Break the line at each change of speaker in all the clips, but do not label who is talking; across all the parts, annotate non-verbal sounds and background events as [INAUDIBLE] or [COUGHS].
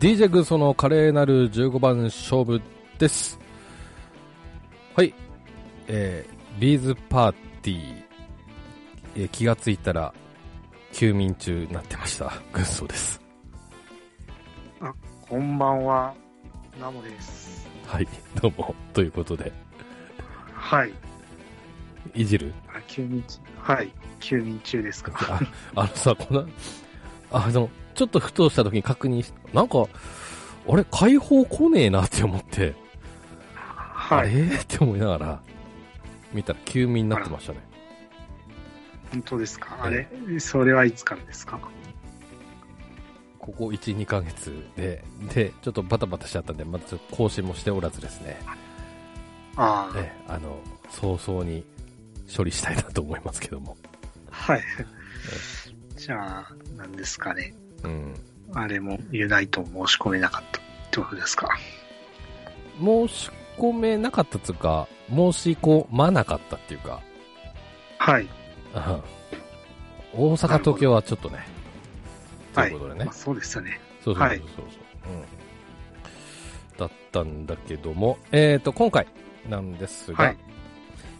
DJ 軍曹の華麗なる15番勝負です。はい。えー、ビーズパーティー、えー気がついたら、休眠中になってました。軍曹です。
こんばんは、ナモです。
はい。どうも。ということで、
はい。
いじる
あ、休眠中。はい。休眠中ですか。
ああのさ、この、あの、ちょっとふとした時に確認しなんか、あれ、解放来ねえなって思って、
は
あ
い。
れって思いながら、見たら休眠になってましたね。
本当ですか。あれそれはいつからですか
ここ1、2ヶ月で、で、ちょっとバタバタしちゃったんで、まだちょっと更新もしておらずですね、
ああ、
ええあの、早々に処理したいなと思いますけども。
はい。じゃあ、何ですかね。
うん。
あれもユナイトを申し込めなかったってことですか。
申し込めなかったっつうか、申し込まなかったっていうか、
は
う
い。
ん大阪、東京はちょっとね、と
はいいう
ことでね。
まあ、そうですよね。
そうそうそうそうそう、うん。だったんだけども、えっ、と、今回なんですが、
はい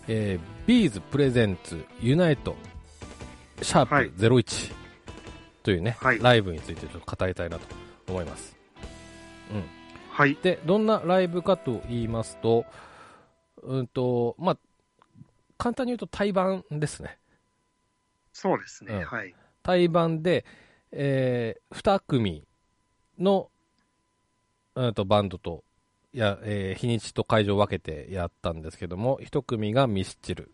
えー、ビーズプレゼンツユナイトシャ
はい
ープ01というね、
はい
ライブについてちょっと語りたいなと思います。うん。
はい。
で、どんなライブかと言いますと、うんと、まあ、簡単に言うと対バンですね。
そうですね。
うん
はい。
対バンで、え2組の、うん、とバンドといや、えー日にちと会場を分けてやったんですけども1組がミスチル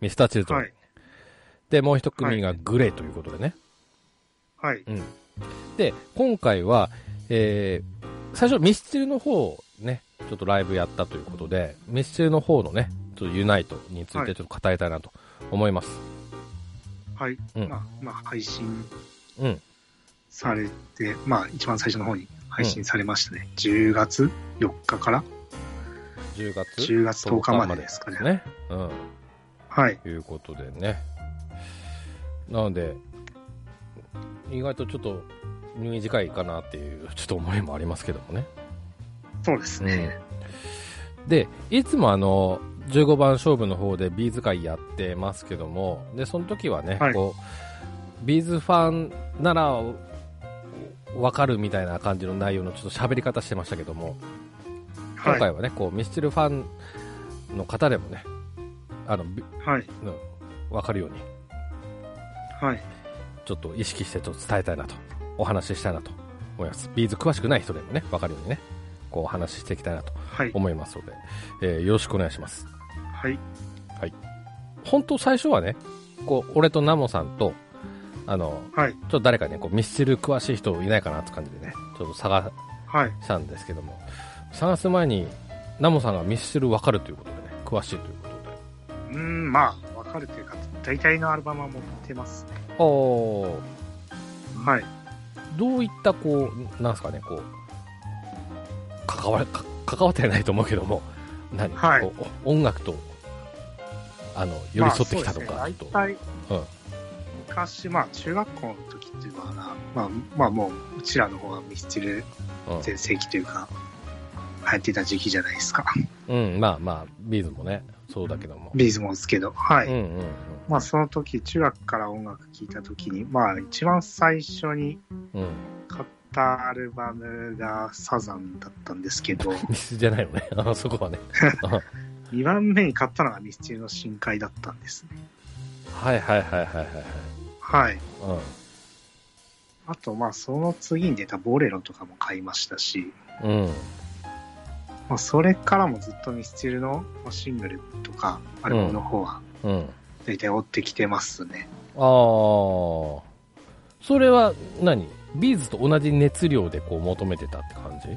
ミスターチルドレン、
はい。
でもう1組がグレーということでね、
はい。
うん、で今回は、えー最初ミスチルの方をねちょっとライブやったということでミスチルの方のねちょっとユナイトについてちょっと語りたいなと思います、
はい。
うん
まあ、まあ、配信
うん
されて、まあ、一番最初の方に配信されましたね。10月4日から
10月
10月10日までですかね。
ね、うん、
はい。
ということでねなので意外とちょっと短いかなっていう [LAUGHS] ちょっと思いもありますけどもね、
そうですね。
でいつもあの15番勝負の方でビーズ会やってますけどもでその時はね、
はい
こうビーズファンなら分かるみたいな感じの内容のちょっと喋り方してましたけども今
はい。
回はね、こうミスチルファンの方でもねあのび
はい。
うん分かるように
はい。
ちょっと意識してちょっと伝えたいなと、お話ししたいなと思います。ビーズ詳しくない人でもね、わかるようにね、こうお話ししていきたいなと
はい。
思いますので、えーよろしくお願いします。
はい。
本当最初はね、こう、俺とナモさんと、あの、
はい。
ちょっと誰かね、こうミスチル詳しい人いないかなって感じでね、ちょっと探
はい。
したんですけども、探す前に、ナモさんがミスチルわかるということでね、詳しいというこ
うーん、まあ、わかるというか、大体のアルバムは持ってますね。
とで。おー
はい。
どういったこうなんすかねこう関わか関わってはないと思うけども何、
はい
こうお音楽とあの寄り添ってきたのか、
まあ
ちょっと
そうですね大体、
うん
昔、まあ、中学校の時っていうのはな、まあ、まあ、もう、うちらの方がミスチル全盛期というか、流行ってた時期じゃないですか。
うん、うん、まあまあビーズもねそうだけども、
ビーズもですけど。はい。
うんうんうん
まあ、その時、中学から音楽聴いた時に、まあ、一番最初に
うん
買ったアルバムがサザンだったんですけど、
ミスじゃないのね [LAUGHS] あそこはね
2番目に買ったのがミスチルの深海だったんですね。
はいはいはいはいはいはい
はい。
うん
あと、まあ、その次に出たボレロとかも買いましたし、
うん
まあ、それからもずっとミスチルのまあシングルとか、アルバムの方は、
うん
大体追ってきてますね。
ああそれは何ビーズと同じ熱量でこう求めてたって感じ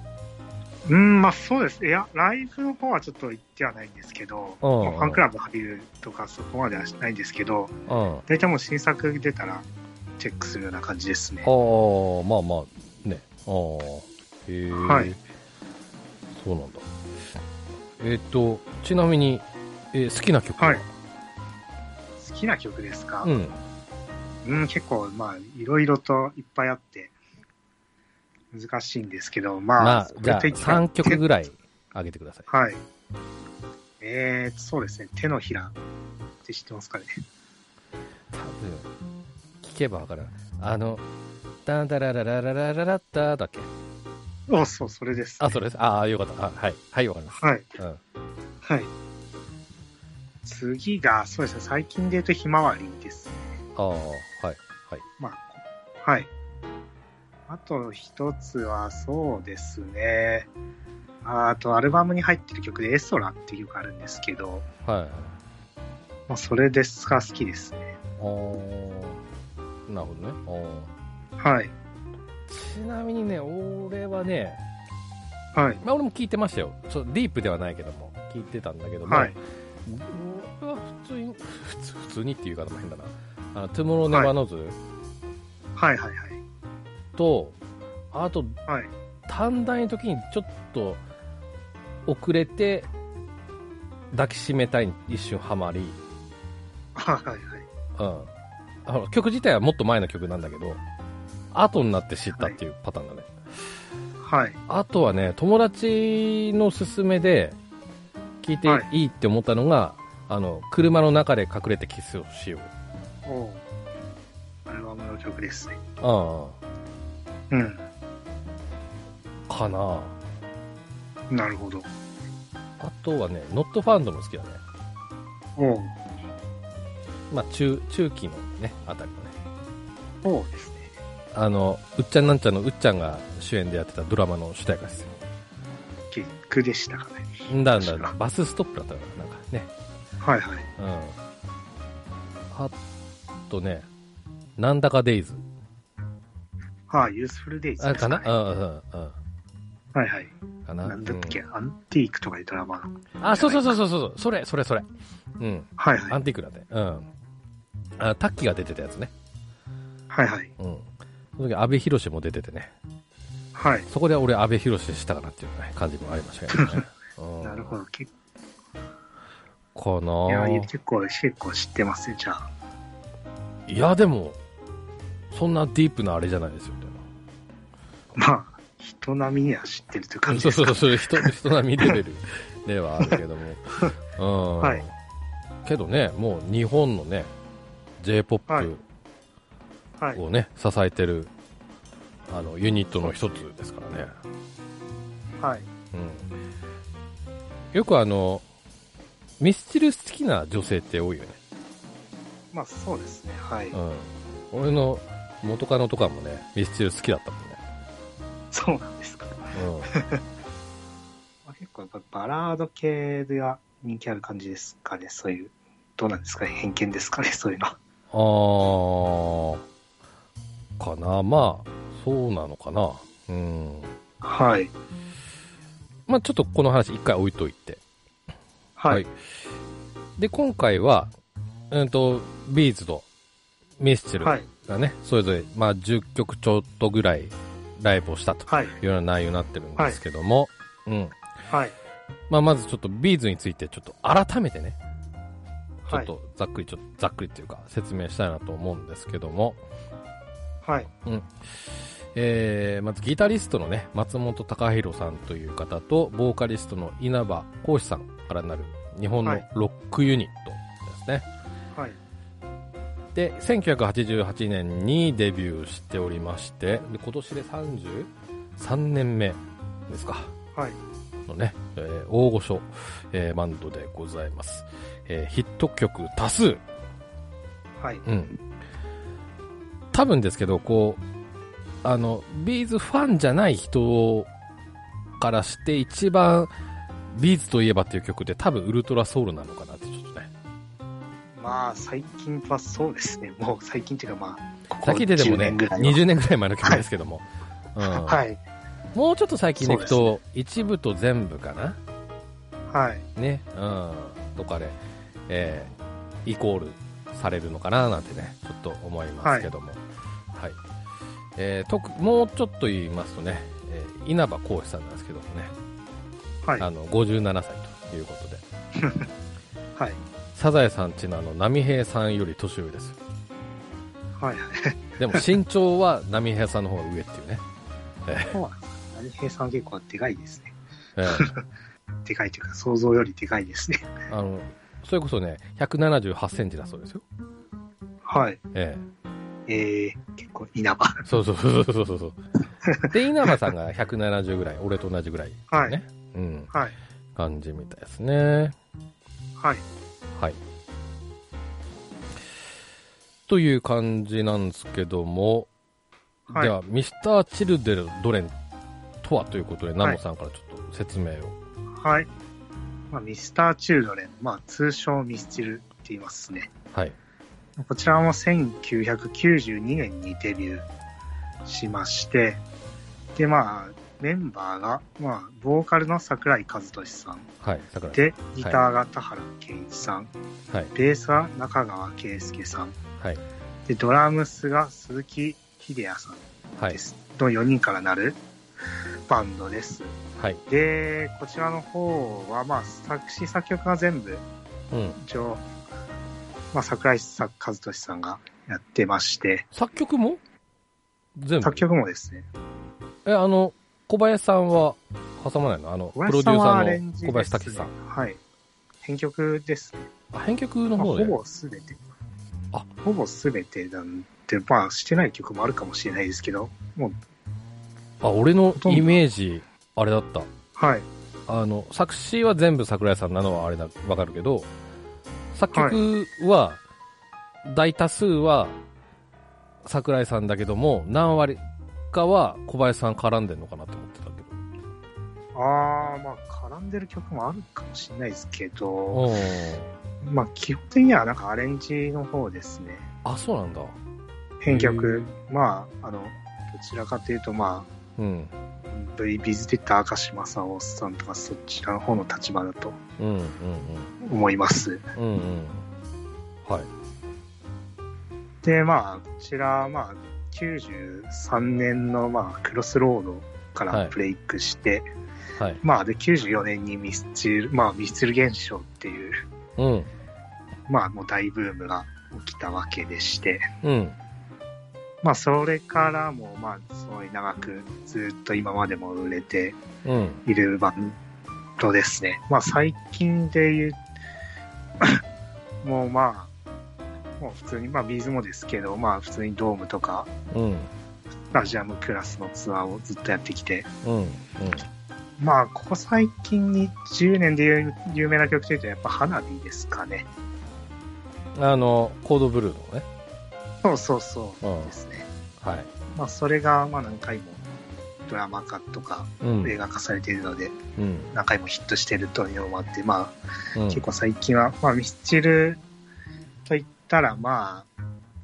うん、まあ、そうです。いや、ライブの方はちょっと行ってはないんですけど、
うんうん
まあファンクラブ入るとか、そこまではしないんですけど、
うん
大体もう新作出たら、チェックするような感じですね。
ああまあまあねああへえ、
はい
そうなんだえっ、とちなみに、えー好きな曲
はい好きな曲ですか、
うん
うん、結構、まあ、いろいろといっぱいあって、う難しいんですけど、
ま
まあ、
あ、じゃあ、
これといったら
3曲ぐらい上げてください。
はい。えー、そうですね、手のひらって知ってますかね。
多分、聞けばわかる。あの、ダンダラララララララッタだっけ
おそう、それです、
あ、それです。ああ、よかった。あはい。はい、わかります。
はい。
うん。
はい。次が、そうですね、最近で言うとひまわりですね。
ああ、はい。
まあ、はい。あと一つは、そうですね。ああと、アルバムに入ってる曲で、エソラっていう曲あるんですけど、
はい。
まあ、それですが好きですね。
ああ、なるほどね。ああ。
はい。
ちなみにね、俺はね、
はい。
まあ、俺も聞いてましたよちょディープではないけども聞いてたんだけども、
はい。
俺は普通に普通普通にっていう言い方も変だなあのトゥモロー・ネバーノーズ
はいはい
と、あと
はい。はい。
短大の時にちょっと遅れて抱きしめたいに一瞬ハマり、
はいはいはい。
うん、あの曲自体はもっと前の曲なんだけど後になって知ったっていうパターンだね、
はい。
あとはね、友達の勧めで、聞いて
はい
いいって思ったのが、あの、車の中で隠れてキスをしよう。
おうアルバムの曲ですね。
あ
うん。
あ、かな
なるほど。
あとはね、ノットファンドも好きだね。
おう
まあ、中、中期のね、あたりのね。
おうですね。
あの、うっちゃんなんちゃんのうっちゃんが主演でやってたドラマの主題歌ですよ。
結句でしたかね。
んだんだんだ、バスストップだったから、なんかね。
はいはい。
うん。あとね、なんだかデイズ。
はい、ユースフルデイズ
あ
で
れ
す
かな、
ね
うんうんうん。
はいはい。
かな。
なんだっけ、
うん
アンティークとかいうドラマの。
あ、そうそうそうそうそう、それ、それ、それ。うん。
はいは
ア
い。
ンティークだね。うん。あ、タッキーが出てたやつね。
はいはい。
うん。その時、安部寛も出ててね。
はい。
そこで俺、安部寛したかなっていう、ね、感じもありましたけどね。
[LAUGHS]
うん、
なるほど。結
ど。か
構、い
な
や
い
結構、結構知ってますね、じゃあ。
いや、でも、そんなディープなあれじゃないですよ、ね。
まあ、人並みには知ってるという感じ
そ
で
う
す
そう
か。
そう、人、人並みレベルではあるけど
[LAUGHS]
も。うん。
はい
けどね、もう日本のね、J-POP、
はいはい。
をね支えてるあのユニットの一つですからね、
はい。
うん、よくあのミスチル好きな女性って多いよね、
まあ、そうですね。はい。
うん、俺の元カノとかもねミスチル好きだったもん
そうなんですか。
ね、
まあ結構、やっぱバラード系では人気ある感じですかね、そういう。どうなんですかね、偏見ですかね、そういうの。
うん、あーかなまあそうなのかなうん
はい。
まあちょっとこの話一回置いといて
は
はいい。で今回は、うん、とビーズとミスチル、
はい。
がね、それぞれ、まあ、10曲ちょっとぐらいライブをしたと
はい。
いうような内容になってるんですけども、うん。
はい。
まあ、まずちょっとビーズについて、ちょっと改めてね、ちょ
は
っ
い。
とざっくり、ちょっとざっくりっていうか、説明したいなと思うんですけども、
はい。
えー、まずギタリストのね、松本隆弘さんという方と、ボーカリストの稲葉浩志さんからなる日本
は
の
い
ロックユニットですね。
はい。
で1988年にデビューしておりましてで今年で33年目ですか
はい。
のね、えー大御所、えーバンドでございます、えーヒット曲多数
はい。
うん多分ですけどこうあのビーズファンじゃない人からして一番ビーズといえばっていう曲で多分ウルトラソウルなのかなってちょっとね
まあ、最近はそうですね。もう最近っていうか、まあ、ここ
先ででも
10
ね
年ぐらいは
20年ぐらい前の曲ですけ
[LAUGHS]
ども、うん
はい。
もうちょっと最近でいくと、一部と全部かな
はい。
ね。うん。とかで、えーイコールされるのかななんてね、ちょっと思いますけども。はい。えー特、もうちょっと言いますとね、えー稲葉浩志さんなんですけどもね、
はい。
あの、57歳ということで、
はい。
サザエさんちのあの、波平さんより年上ですよ。
はい。
でも身長は波平さんの方が上っていうね。
そうなんですね。成平さんは結構でかいですね。
ええ
でかいというか、想像よりでかいですね。
あの、それこそね、178センチだそうですよ。
[LAUGHS] はい。
え
えー、結構稲葉。
え。そうそうそうそうそうそう。で、稲葉さんが170ぐらい、俺と同じぐらい、
はい。
ねうん、
はい。
感じみたいですね。
はい。
はい。という感じなんですけども、
はい
では、ミスター・チルデル・ドレンとはということで、ナモさんからちょっと説明を。
はい。まあ、ミスター・チュードレン、まあ、通称ミスチルって言いますね。
はい。
こちらも1992年にデビューしまして、で、まあ、メンバーが、まあ、ボーカルの桜井和寿さん、
はい。桜井
で、ギターが田原圭一さん、
さん。はい。
ベースは中川圭介さん、
はい。
で、ドラムスが鈴木秀也さん
はい
で。す。の4人からなるバンドです。
はい。
で、こちらの方は、まあ、作詞作曲が全部、
うん。
一応、まあ、桜井さん和寿さんがやってまして、
作曲も全部。
作曲もですね、
え、あの、小林さんは挟まないのあの、
小
プロデュー
林さんは
サ
アレ
ー
ン
の
ジ
小林武史さん
で。すねはい。編曲ですね。
あ、編曲の
まあ、
方
ほ
で。
ぼすべて。
あ
ほぼすべてなんて、まあ、してない曲もあるかもしれないですけど、もう、
あ、俺の
とんど
イメージ、あれだった。
はい。
あの、作詞は全部桜井さんなのはあれだ、わかるけど、作曲は、大多数は桜井さんだけども、何割かは小林さん絡んでんのかなって思ってたけど。
あー、まあ、絡んでる曲もあるかもしれないですけど、
おー
まあ、基本的にはなんかアレンジの方ですね。
あ、そうなんだ。
編曲、まあ、あの、どちらかというと、ま
うん。
あ、V ビズで言った明石正夫さんとか、そちらの方の立場だと
うん、うん、
思います。
うん。うん、うん。はい。
で、まあ、こちら、まあ、93年の、まあ、クロスロードか
は
ら
い
ブレイクして、
はい。
まあ、で、94年にミスチル、まあ、ミスチル現象っていう、
うん。
まあ、もう大ブームが起きたわけでして、
うん。
まあ、それからも、まあ、すごい長く、ずっと今までも売れて、
うん。
いるバンドですね。まあ最近で言う、 [COUGHS] もうまあ、もう普通に、まあビーズもですけど、まあ普通にドームとか、
うん。
ラジアムクラスのツアーをずっとやってきて、
うん。うん。
まあここ最近に10年で有有名な曲というとやっぱ花火ですかね。
あの、コードブルーのね。
そうそうそう
うん
ですね。
はい。
まあそれがまあ何回もドラマ化とか
うん。
映画化されているので、
うん。
何回もヒットしているというのもあって、まあ
うん
結構最近は、まあ、ミスチルと言ったら、まあ、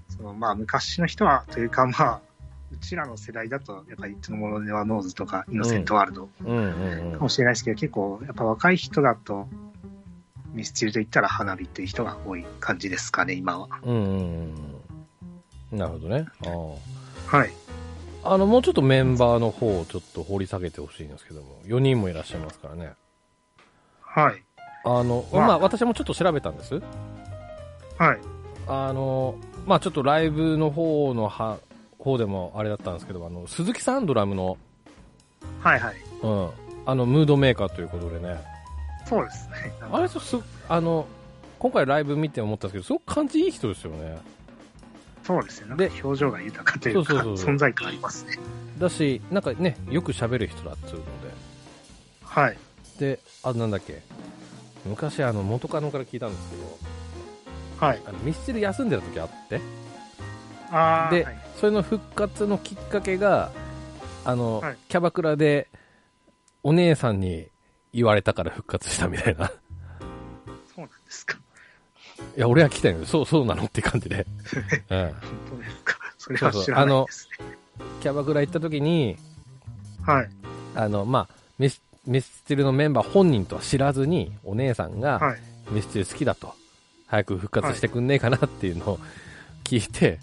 そのまあ、昔の人は、というか、まあ、うちらの世代だと、やっぱりいつのものではノーズとか、イノセントワールド
うん。うん。う
か
ん
もしれないですけど、結構、やっぱ若い人だと、ミスチルと言ったら花火っていう人が多い感じですかね、今は。
うんうんうん。なるほどね。
はい。
ああ。あの、もうちょっとメンバーの方をちょっと掘り下げてほしいんですけども、4人もいらっしゃいますからね。
はい。
あの、
まあ
まあ、私もちょっと調べたんです。
はい。
あの、まあ、ちょっとライブの方のは、方でもあれだったんですけど、あの、鈴木さんドラムの、
はいはい。
うん、あの、ムードメーカーということでね、
そうですね。なんか
あれそうす、あの、今回ライブ見て思ったんですけど、すごく感じいい人ですよね。
そうですね。なんか
で
表情が豊かというか、
そうそうそうそう
存在感ありますね。
だし、なんかね、よく喋る人だっつうので。
はい。
で、あ、なんだっけ。昔、あの、元カノから聞いたんですけど、
はい。
あのミスチル休んでた時あって、
あー
で、
はい
それの復活のきっかけが、あの、
はい
キャバクラで、お姉さんに言われたから復活したみたいな。 [LAUGHS]
そうなんですか。
いや、俺は聞きたいのよ。そう、そうなのって感じ
[LAUGHS]
で。うん。
本当ですか。それは知
そうそうあ
らない
の
ですね。
キャバクラ行った時に、
はい。
あの、まあ、ミス、ミスチルのメンバー本人とは知らずに、お姉さんが、
はい。
ミスチル好きだと。早く復活してくんねえかなっていうのを聞いて、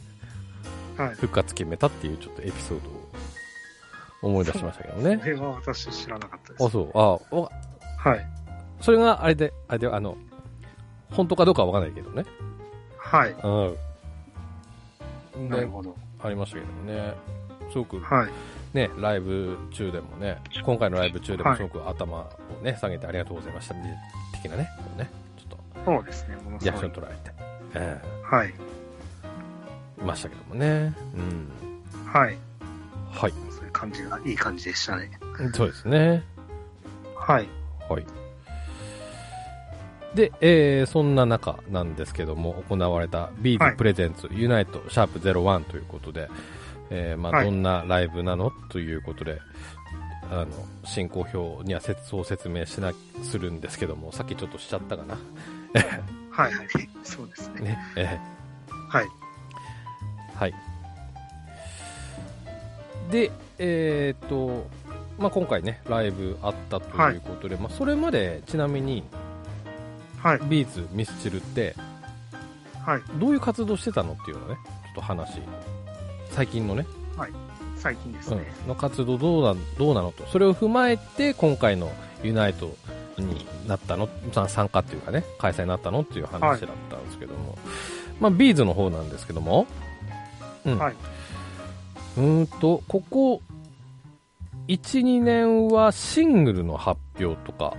はい。
復活決めたっていうちょっとエピソードを思い出しましたけどね
そ。れは私知らなかったで
あ、
す。
そう。あ、お
はい。
それがあれで、あれで、あの、本当かどうかはわかんないけどね。
はい。
うん。
なる
で、
ほど。
ありましたけどね。すごく
はい。
ね、ライブ中でもね、今回のライブ中でも
はい
すごく頭をね、下げてありがとうございました、的なね、こうね、ちょっ
そうですね、もの
と
す
リアク
ご
ション
い。
取られて、え
はい。
えいましたけどもね。うん。
はい。
はい。
そういう感じが、いい感じでしたね。
そうですね。
はい。
はい。で、えーそんな中なんですけども、行われたビー
は
ズ
い
プレゼンツ、ユナイトシャープ01ということで、えーま
は
あ、
い
どんなライブなのということで、あの、進行表には説そう説明しな、するんですけども、さっきちょっとしちゃったかな。 [LAUGHS]
はいはい。そうですね。
ね。え
はい。
ーはい。で、えーっと、まあ、今回ね、ライブあったということで、まあ、それまで、ちなみに、
はい。
ビーズ、ミスチルって、
はい。
どういう活動してたのっていうのね、ちょっと話、最近のね、
最近です
う
ね。
ん、の活動どうなどうなのと、それを踏まえて、今回のユナイトになったの、さ参加っていうかね、開催になったのっていう話だったんですけども、まあ、ビーズの方なんですけども、うん、
はいう
ーんと、ここ、1、2年はシングルの発表とか、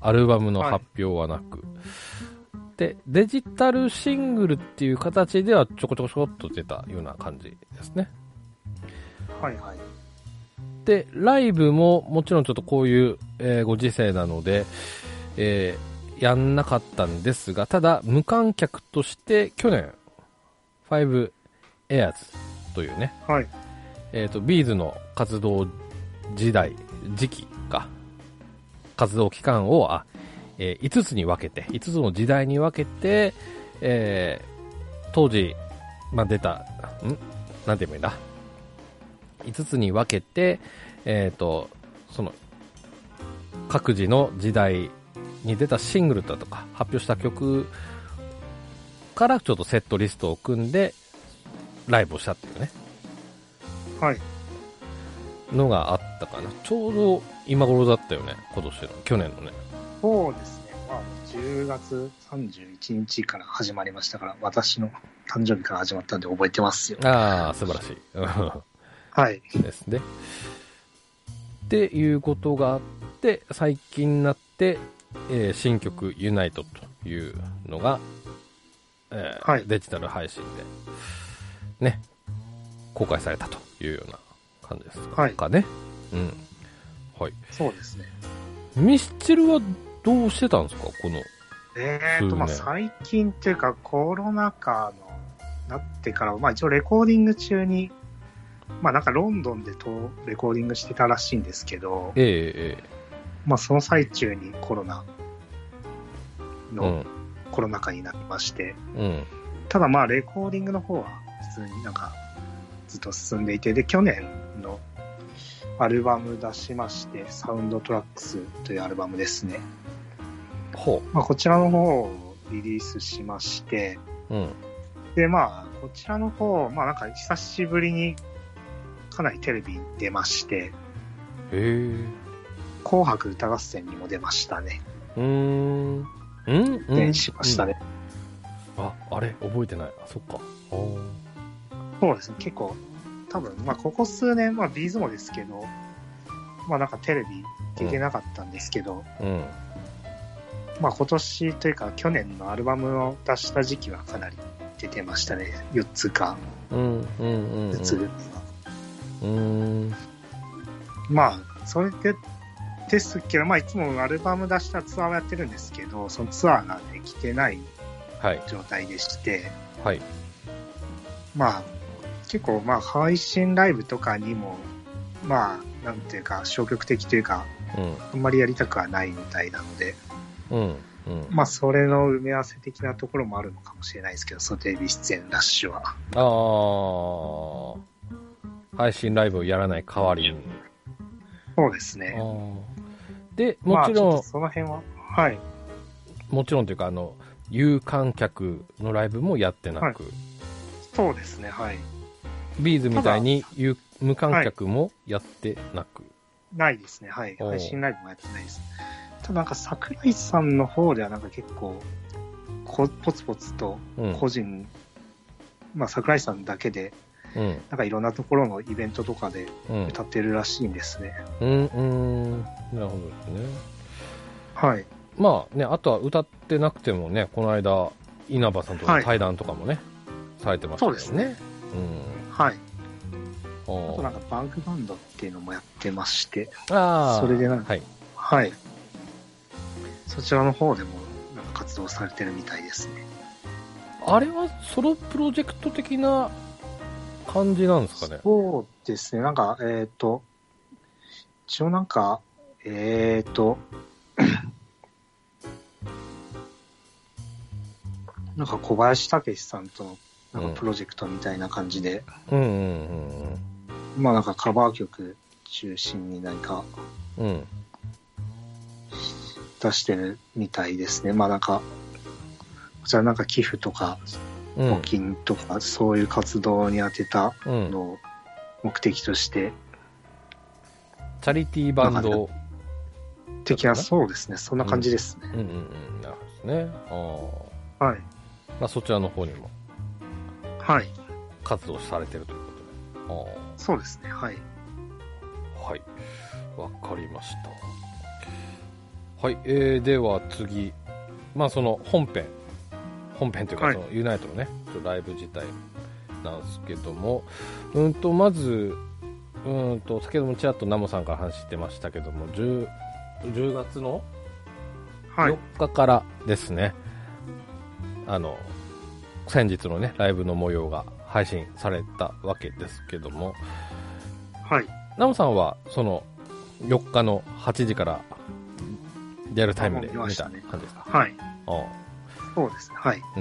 アルバムの発表はなく、で、デジタルシングルっていう形ではちょこちょこちょこっと出たような感じですね。
はいはい。
で、ライブももちろんちょっとこういう、えーご時世なので、えーやんなかったんですが、ただ無観客として去年、5 Airs というね、
はい。
えっ、と、ビーズの活動時代、時期か、活動期間を、あ、え5つに分けて、5つの時代に分けて、えー当時、まあ、出た、んなんて言えばいいんだ。5つに分けて、えっ、と、その、各自の時代に出たシングルだとか、発表した曲からちょっとセットリストを組んで、ライブをしたっていうね。
はい。
のがあったかな。ちょうど今頃だったよね。今年の、去年のね。
そうですね。まあ、10月31日から始まりましたから、私の誕生日から始まったんで覚えてますよ。
ああ、素晴らしい
はい。
うん。 [LAUGHS] ですね。っていうことがあって、最近になって、えー新曲ユナイトというのが、えー
はい
デジタル配信で、ね、公開されたというような感じです
はい
かね。うん。はい。
そうですね。
ミスチルはどうしてたんですかこの。
えーと、まあ、
そうね
最近っていうか、コロナ禍の、なってからは、まあ一応レコーディング中に、まあなんかロンドンでとレコーディングしてたらしいんですけど、
えええ
まあその最中にコロナ
え
の、コロナ禍になりまして、
うん。うん。
ただまあレコーディングの方は普通になんかずっと進んでいて、で、去年のアルバム出しまして、サウンドトラックスというアルバムですね。
ほ
まあこちらの方をリリースしまして、
う。うん。
で、まあ、こちらの方、まあなんか久しぶりにかなりテレビに出まして、
へえ。
紅白歌合戦にも出ましたね。
うーん。うん
出演しました。ね。
うんあ、あれ覚えてない。あ、そっか。おー
そうですね、結構、多分、まあここ数年、まあビーズもですけど、まあなんかテレビ出てなかったんですけど、
うん。
まあ今年というか去年のアルバムを出した時期はかなり出てましたね。4つか、
うん。うん。うん。
5つ
う
は。
ーん。
まあ、それで、ですけど、まあ、いつもアルバム出したツアーをやってるんですけど、そのツアーができてない
はい。
状態でして、
はい。
まあ、結構、まあ、配信ライブとかにも、まあ、なんていうか、消極的というか、あんまりやりたくはないみたいなので、
うん。うん。うん。
まあ、それの埋め合わせ的なところもあるのかもしれないですけど、そのテレビ出演ラッシュは。
あー。配信ライブをやらない代わりに。
そうです
あ
ね。
ーで、
ま
も
あ
ち
ちょ
ろ
っとその辺は、はい。
ん、もちろんというか、あの、有観客のライブもやってなく、
そうですね、はい。
ビーズみたいに有無観客もやってなく。
ないですね、はい。
おう
配信ライブもやってないです。ただなんか桜井さんの方ではなんか結構、こポツポツと
うん。
個人、まあ桜井さんだけで
うん。
なんかいろんなところのイベントとかで
うん。
歌ってるらしいんですね。
うん、うん。なるほどですね。
はい。
まあね、あとは歌ってなくてもね、この間、稲葉さんとの
はい
対談とかもね、されてましたけど
そうで。はい。あ
う
と
ん。
な
あ
んかバーグバンドっていうのもやってまして、
あー
それでなんか
はい。
はい。そちらの方でもなんか活動されてるみたいですね。
あれはソロプロジェクト的な感じなんですかね。
そうですね。なんか、えっ、と、一応なんか、えっ、と、 [COUGHS] なんか小林武史さんとのなんかプロジェクトみたいな感じで、
うんうん
まあなんかカバー曲中心に何か
うんうん。うん。
出してるみたいですね。まあなんか、こちらなんか寄付とか
う
募
ん。
金とかそういう活動に当てた
うん。
のを目的として、
チャリティーバンド。
的な、そうですね。そんな感じですね。
うんうんうん。なるほどですね。あ
はい。
あ。まあそちらの方にも
はい。
活動されてるということで。ああ。
そうですね。はい。
はい。わかりました。はい。えー、では次。まあ、その本編。本編というか、
はい
そのユナイトのね、ちょっとライブ自体なんですけども。うんと、まず、うんと、先ほどもちらっとナモさんから話してましたけども、10, 10月の
はい
4。日からですね、あの、先日のね、ライブの模様が配信されたわけですけども、
はい。
ナムさんはその4日の8時からリアルタイムで見
あもう見ましたた
感
ね
じですか、
はい。
あ
そうですね。はい。
あ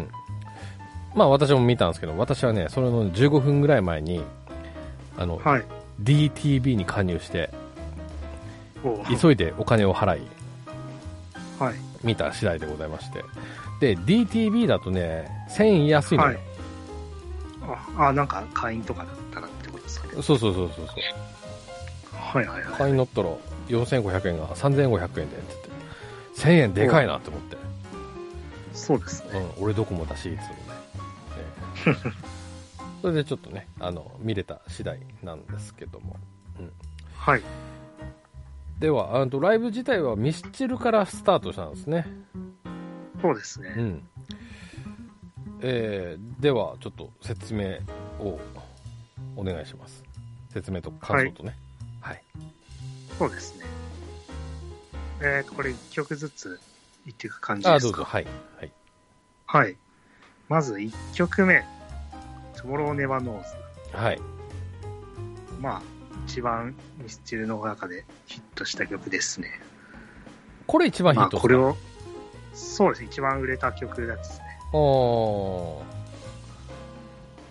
まあ私も見たんですけど私はねそれの15分ぐらい前にあの、
はい。
DTV に加入して
おう
急いでお金を払い
はい。
見た次第でございましてで DTV だとね1000円安いの
は
よ、
い。あ、あなんか会員とかだったらってことですかね。
そうそうそうそうそう
はいはいはい。
会員乗ったら4500円が3500円でって言って1000円でかいなって思って
そうですね。
うん、俺どこもだし、いつもね。ね
[LAUGHS]
それでちょっとね、あの、見れた次第なんですけども。
はい。
では、あのライブ自体はミスチルからスタートしたんですね。
そうです
う
ね。
ん。えー、では、ちょっと説明をお願いします。説明と感想とね。はい。
そうですね。えーと、これ1曲ずつ言っていく感じ
あ
で
ど
す
うぞ、
か。
はい。はい。
はい。まず1曲目。Tomorrow Never Knows。
はい。
まあ、一番ミスチルの中でヒットした曲ですね。
これ一番ヒ
ま
ッ
あ、
ト
これを、そうですね。一番売れた曲ですね。
おー。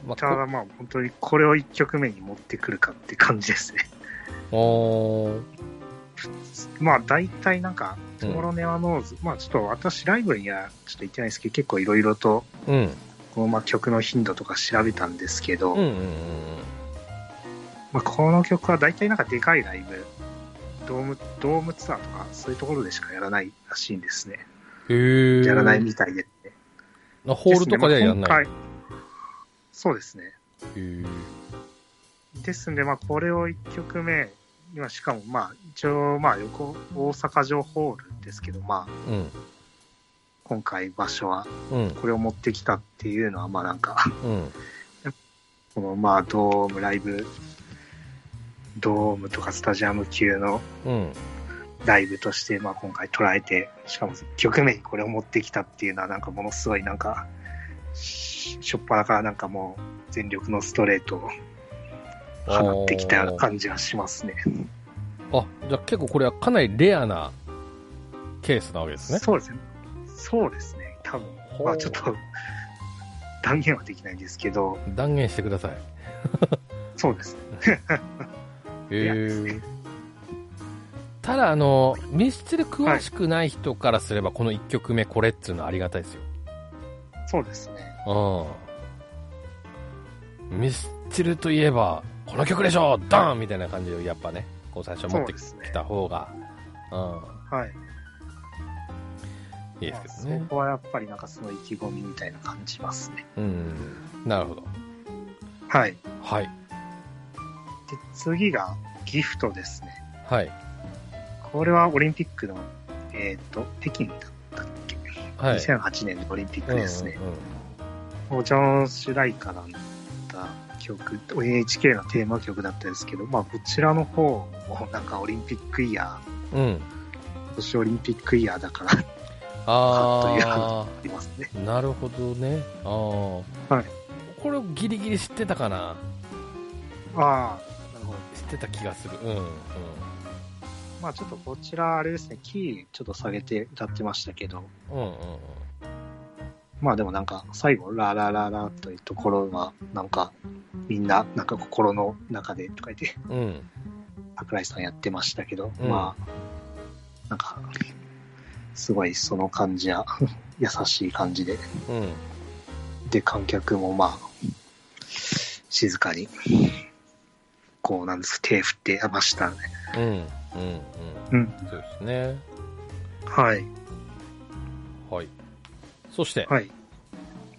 まあ、
ただまあ本当にこれを1曲目に持ってくるかって感じですね。 [LAUGHS]
こおー。
まあ大体なんか、
う
ト
ん
モロネアノーズ、まあちょっと私ライブにはちょっと行ってないですけど、結構いろいろと
うん。
このまあ曲の頻度とか調べたんですけど、
うんうんうん
まあこの曲は大体なんかでかいライブ、ドーム、ドームツアーとかそういうところでしかやらないらしいんですね。
うん。へー
やらないみたいでって。
あホールとかではやんない。
ですねまあ今回そうですね。
へー
ですんで、まあ、これを1曲目、今、しかも、まあ、一応、まあ、横、大阪城ホールですけど、まあ、
うん。
今回場所は、
うん。
これを持ってきたっていうのは、まあ、なんか、
うん。
この、まあ、ドーム、ライブ、ドームとかスタジアム級の
うん。
ライブとして、まあ、今回捉えて、しかも、1曲目にこれを持ってきたっていうのは、なんか、ものすごい、なんか、ししょっぱなから、なんかもう、全力のストレートを放ってきたような感じがしますね。
あ、じゃあ結構これはかなりレアなケースなわけですね。
そうですね。そうですね。多分
ほう
まあちょっと断言はできないんですけど、
断言してください。
そうですね。
へ
レアです
ーただ、あの、ミスチル詳しくない人からすれば、この1曲目これっつうのはありがたいですよ。
そうですね。
うん。ミスチルといえば、この曲でしょダンみたいな感じで、やっぱね、こう最初持って
そうです
き
ね
た方が、
は
う
い。
ん、いいで
まあ
す
そ
けどね。
こはやっぱりなんかその意気込みみたいな感じますね。
うん。なるほど。
はい。
はい。
で、次がギフトですね。
はい。
これはオリンピックの、えっ、と、北京だったっけ、
はい。
?2008 年のオリンピックですね
う。んうんうん
もうジョン・シュライカなんだった曲、NHK のテーマ曲だったんですけど、まあこちらの方もなんかオリンピックイヤー、
うん。
今年オリンピックイヤーだからあ
あ
りますね。
あ、なるほどね。ああ。
はい。
これギリギリ知ってたかな
ああ、なるほど。
知ってた気がする。うん。うん。
まあちょっとこちらあれですね、キーちょっと下げて歌ってましたけど、
うんうんうん。
まあでもなんか最後、ララララというところは、なんかみんな、なんか心の中でとか言って、
うん。
桜井さんやってましたけど、
うん
まあ、なんか、すごいその感じや、 [LAUGHS] 優しい感じで、
うん。
で、観客もまあ、静かに、こう、なんです手振ってましたね。
うん。うん。うん。
うん。
そうですね。
はい。
はい。そして、
はい。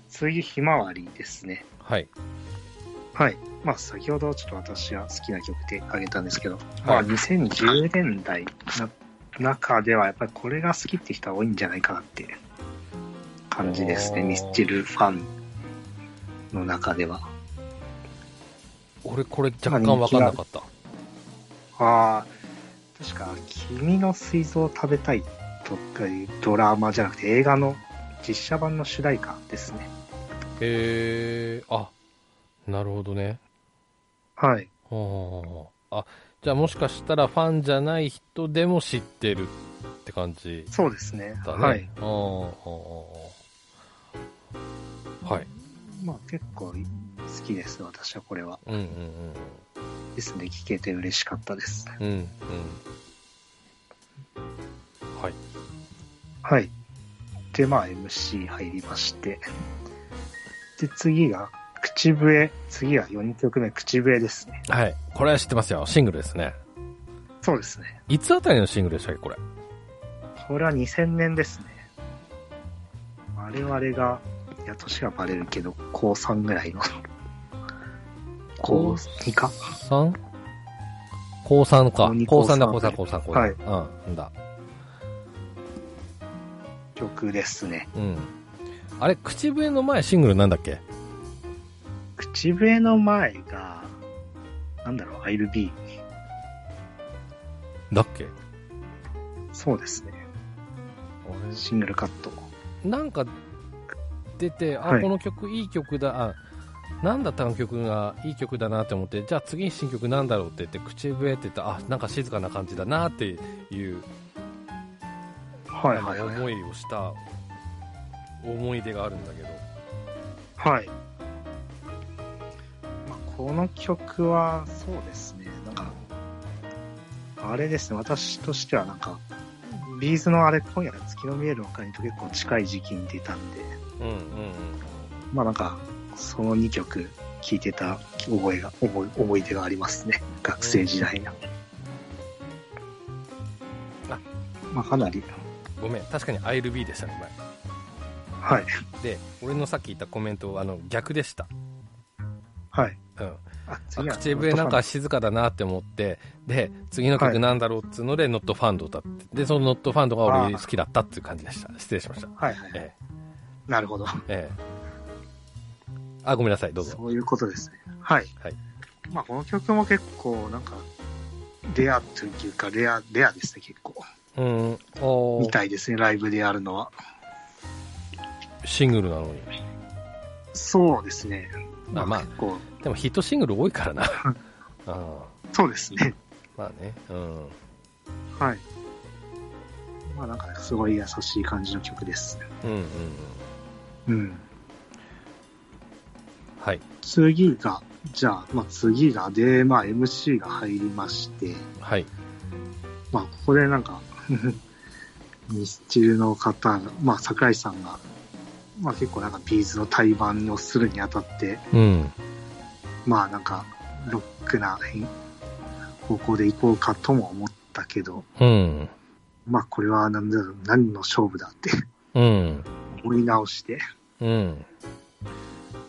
次、ひまわりですね。
はい。
はい。まあ、先ほどちょっと私は好きな曲であげたんですけど、ま
は
あ、
い
2010年代の中では、やっぱりこれが好きって人は多いんじゃないかなって感じですね。
おー
ミスチルファンの中では。
俺これ若干わかんなかった。
ああ、確か、君の水臓を食べたいとかいうドラマじゃなくて映画の実写版の主題歌ですね。
へえー、あ、なるほどね。
はい。
はあ。あ、じゃあもしかしたらファンじゃない人でも知ってるって感じ
そうですね。
だね。
はい。。
あーあーあーはい。
まあ、結構好きです、私はこれは。
うんうん
ですね、聴けて嬉しかったです。
うん。うんうん。はい。
はい。で、まあ MC 入りまして。で、次が、口笛。次は4曲目、口笛ですね。
はい。これは知ってますよ。シングルですね。
そうですね。
いつあたりのシングルでしたっけ、これ。
これは2000年ですね。我々が、いや、年がバレるけど、高3ぐらいの。高2か
3? 高3か
高二。
高3だ、高
高
3
三、
高3、高
はい
3。はい。うん、だ。
曲ですね。
うん。あれ、口笛の前シングルなんだっけ
口笛の前が、なんだろう、I'll be。
だっけ
そうですね。シングルカット。
なんか出て、あ、
はい
この曲いい曲だ、あ、なんだったの曲がいい曲だなって思って、じゃあ次に新曲なんだろうって言って、口笛って言ったら、あ、なんか静かな感じだなっていう、
はい
なん
はい
か
はい。
思いをした思い出があるんだけど。
はい。まあこの曲は、そうですね、なんか、あれですね、私としてはなんか、ビーズのあれ、今夜の月の見える丘にと結構近い時期に出たんで、
うんうん
まあなんか、その2曲聴いてた覚えが、思い思い出がありますね、学生時代の。
あ
まあかなり、
うん。ごめん、確かに I'll be でしたね、
はい、
前。で、俺のさっき言ったコメント、あの、逆でした。
はい。
うん。
あ、
あ
は
口笛なんか、静かだなって思って、で、次の曲なんだろうっつうので、ノットファンドを歌って、で、そのノットファンドが俺好きだったっていう感じでした。失礼しました。
はいはいはい。
え
なるほど。
え、ええ。あ、ごめんなさい、どうぞ。
そういうことですね。はい。
はい
まあ、この曲も結構、なんか、レアというか、レア、レアですね、結構。
うん、お
み
ー
たいですね、ライブでやるのは。
シングルなのに。
そうですね。
あまあ
結構、
でもヒットシングル多いからな。 [LAUGHS] あ
そうですね。 [LAUGHS]
まあね、うん。
はい。まあ、なんか、すごい優しい感じの曲です。
うんうんうん。
うん。
はい、
次が、じゃあ、まあ、次が、で、まあ、MC が入りまして、
はい。
まあ、ここでなんか、 [LAUGHS] ミスチルの方が、まあ、桜井さんが、まあ、結構なんか、ビーズの対バンをするにあたって、
うん、
まあ、なんか、ロックな方向で行こうかとも思ったけど、
うん、
まあ、これは何だろう、何の勝負だって [LAUGHS]
うん、
思い直して、
うん、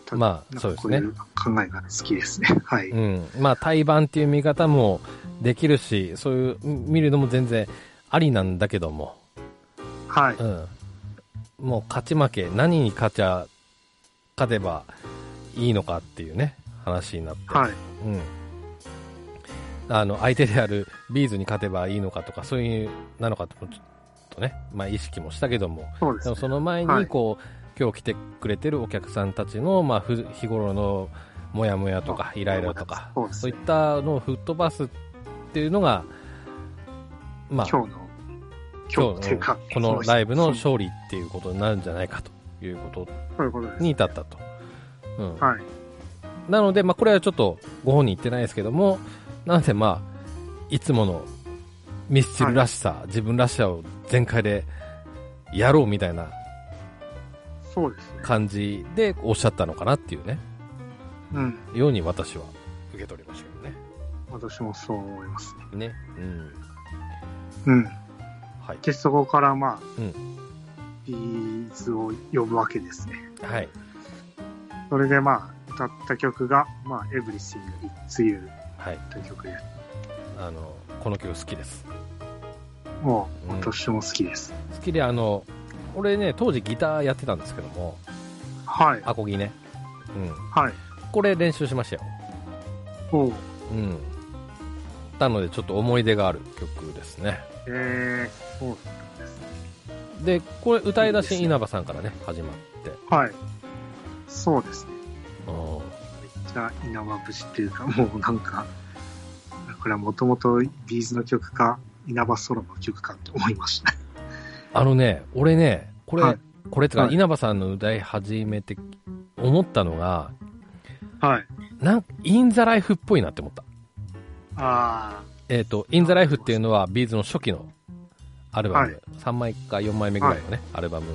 た
まあ
なんか
そうです
こ
ね
い考えが好きですね。はい。
うん、まあ対バンっていう見方もできるしそういう見るのも全然ありなんだけども、
はい。
うん、もう勝ち負け何に勝ちゃ勝てばいいのかっていうね話になって、
はい。
うん、あの相手であるビーズに勝てばいいのかとかそういうなのかともちょっとね、まあ、意識もしたけども
そうです
でも。
ね
その前
は
に
い
こう、今日来てくれてるお客さんたちの、まあ、ふ日頃のモヤモヤとか
あ
イライラとか
そうです
そう
ね
いったのを吹っ飛ばすっていうのが、まあ、
今日の、今日っていうか、
このライブの
そう
勝利っていうことになるんじゃないかということ
いうことです。
に至ったと。うん
はい。
なので、まあ、これはちょっとご本人言ってないですけども、なので、まあ、いつものミスチルらしさ、自分らしさを全開でやろうみたいな
そうですね。
感じでおっしゃったのかなっていうね、
うん。
ように私は受け取りましたけどね。
私もそう思いますね。
ね。うん。
うん。
はい。
で、そこからまあ、
う
ビーズを呼ぶわけですね。
はい。
それでまあ、歌った曲が、まあ、Everything It's You
はい。
という曲で、
あの、この曲好きです。
もう、
うん
私も好きです。
好きで、あの、俺ね、当時ギターやってたんですけども、
はい。
アコギね。うん。
はい。
これ練習しましたよ。
おう
うん。なので、ちょっと思い出がある曲ですね。
えー、そうですね。
で、これ歌い出
いいで
し
すね
稲葉さんからね、始まって。
はい。そうですね。
うん。
めっちゃ稲葉節っていうか、 [LAUGHS] もうなんか、これはもともとビーズの曲か、稲葉ソロの曲かと思いました。
あのね、俺ね、これ、
はい
これってか、
はい
稲葉さんの歌い始めて思ったのが、
はい。
なんインザライフっぽいなって思った。
あ
えっ、と、インザライフっていうのは、ビーズの初期のアルバム、
はい
3枚か4枚目ぐらいのね、アルバム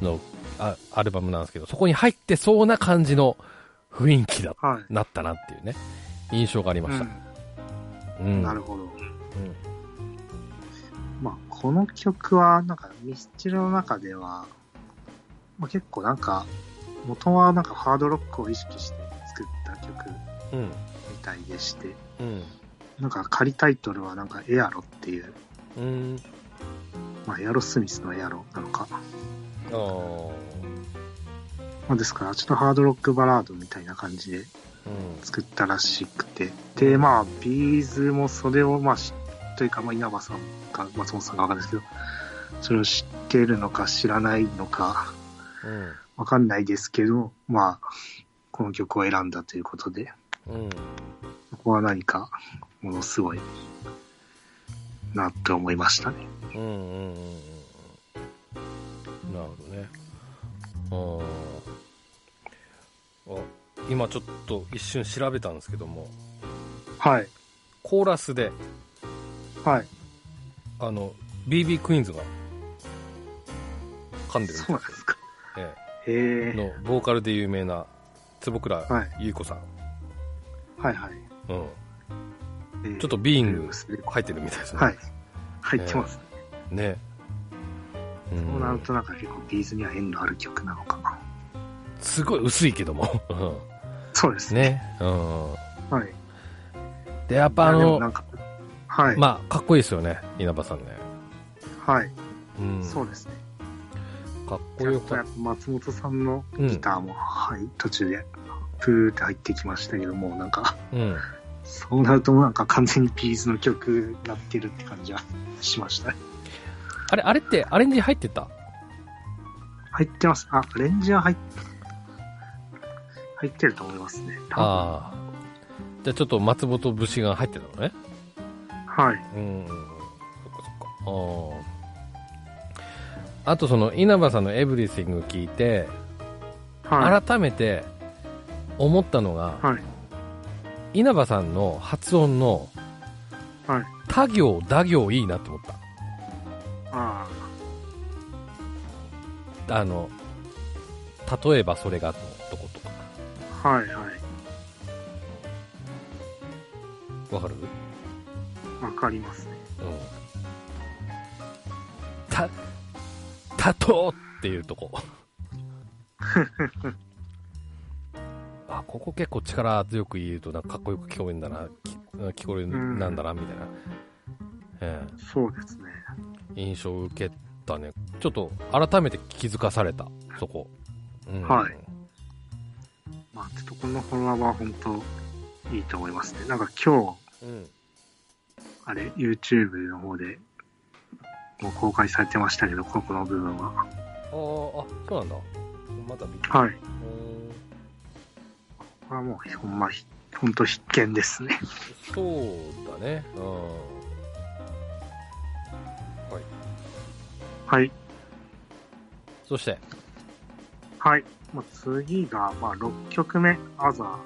のあ、アルバムなんですけど、そこに入ってそうな感じの雰囲気だ、
あ、はい。
なったなっていうね、印象がありました。うん。
うん、なるほど。
うん
まあ、この曲は、なんか、ミスチルの中では、まあ、結構なんか、元はなんかハードロックを意識して作った曲み
うん。
たいでして、
うん。
なんか仮タイトルはなんかエアロっていう、
うん。
まあ、エアロスミスのエアロなのか。
あー
まあ、ですから、ちょっとハードロックバラードみたいな感じで
うん。
作ったらしくて、で、まあ、ビーズもそれを、まあ、知というか、まあ、稲葉さんか松本さんかわかんないですけど、それを知ってるのか知らないのか、わかんないですけど、まあ、この曲を選んだということで、
うん。うん。
ここは何か、ものすごい、なって思いましたね。
うんうんうんうんうんなるほどねうんあ今ちょっと一瞬調べたんですけども
はい。
コーラスで
はい。
あの BB クイーンズが噛んでるんです
そう
よ
なんですか。
え
へ
え
え。
のボーカルで有名な坪倉
はい。
優子さん、
はいはい。
うん、
えー
ちょっとビーイング
は
入ってるみたいですね、
い。入ってます。
ねう
そうなる
ん
となんか結構ビーズには縁のある曲なのかな。
すごい薄いけどもう
そうです
ん
ね。
ね、うん、
はい。
でやっぱあ
いやでも
の
なんか、はい。
まあかっこいいですよね稲葉さんね
はい。
うん、
そうですね。
かっこ
ちゃ
よ
んと
か
や
っ
っぱ松本さんのギターも、はい、途中で、プーって入ってきましたけども、なんか、
た。うん。
そうなるともうなんか完全にビーズの曲になってるって感じはしましたね。
あれ、あれってアレンジ入ってた
入ってます。あ、アレンジは入っ入ってると思いますね。多分
ああ。じゃあちょっと松本節が入ってたのね。
はい。
うん。そっかそっか。ああ。あとその稲葉さんのエブリシング聞いて、
はい。
改めて思ったのが、
はい。
稲葉さんの発音の、
はい。
他行、打行いいなって思っ
あ
た。あの、例えばそれがのとことか。
あ、はいは
わかる
い。わかりますね。
うんた、た
[LAUGHS]
とうっていうとこ。ここ結構力強く言うとなんかかっこよく聞こえるんだな、き聞こえる
うん
なんだな、みたいな、え
そうですね。
え印象を受けたね。ちょっと改めて気づかされた、そこ。うん
はいまあ、ちょっとこのフォロワーは本当いいと思いますね。なんか今日、
うん
あれ、YouTube の方でもう公開されてましたけど、ここの部分は。
あーあ、そうなんだ。まだ見て
はい。
うん
これはもう、ほんま、ひほんと必見ですね。
そうだね。うん。
はい。
そして、
はい。まあ、次が、まあ、6曲目、アザー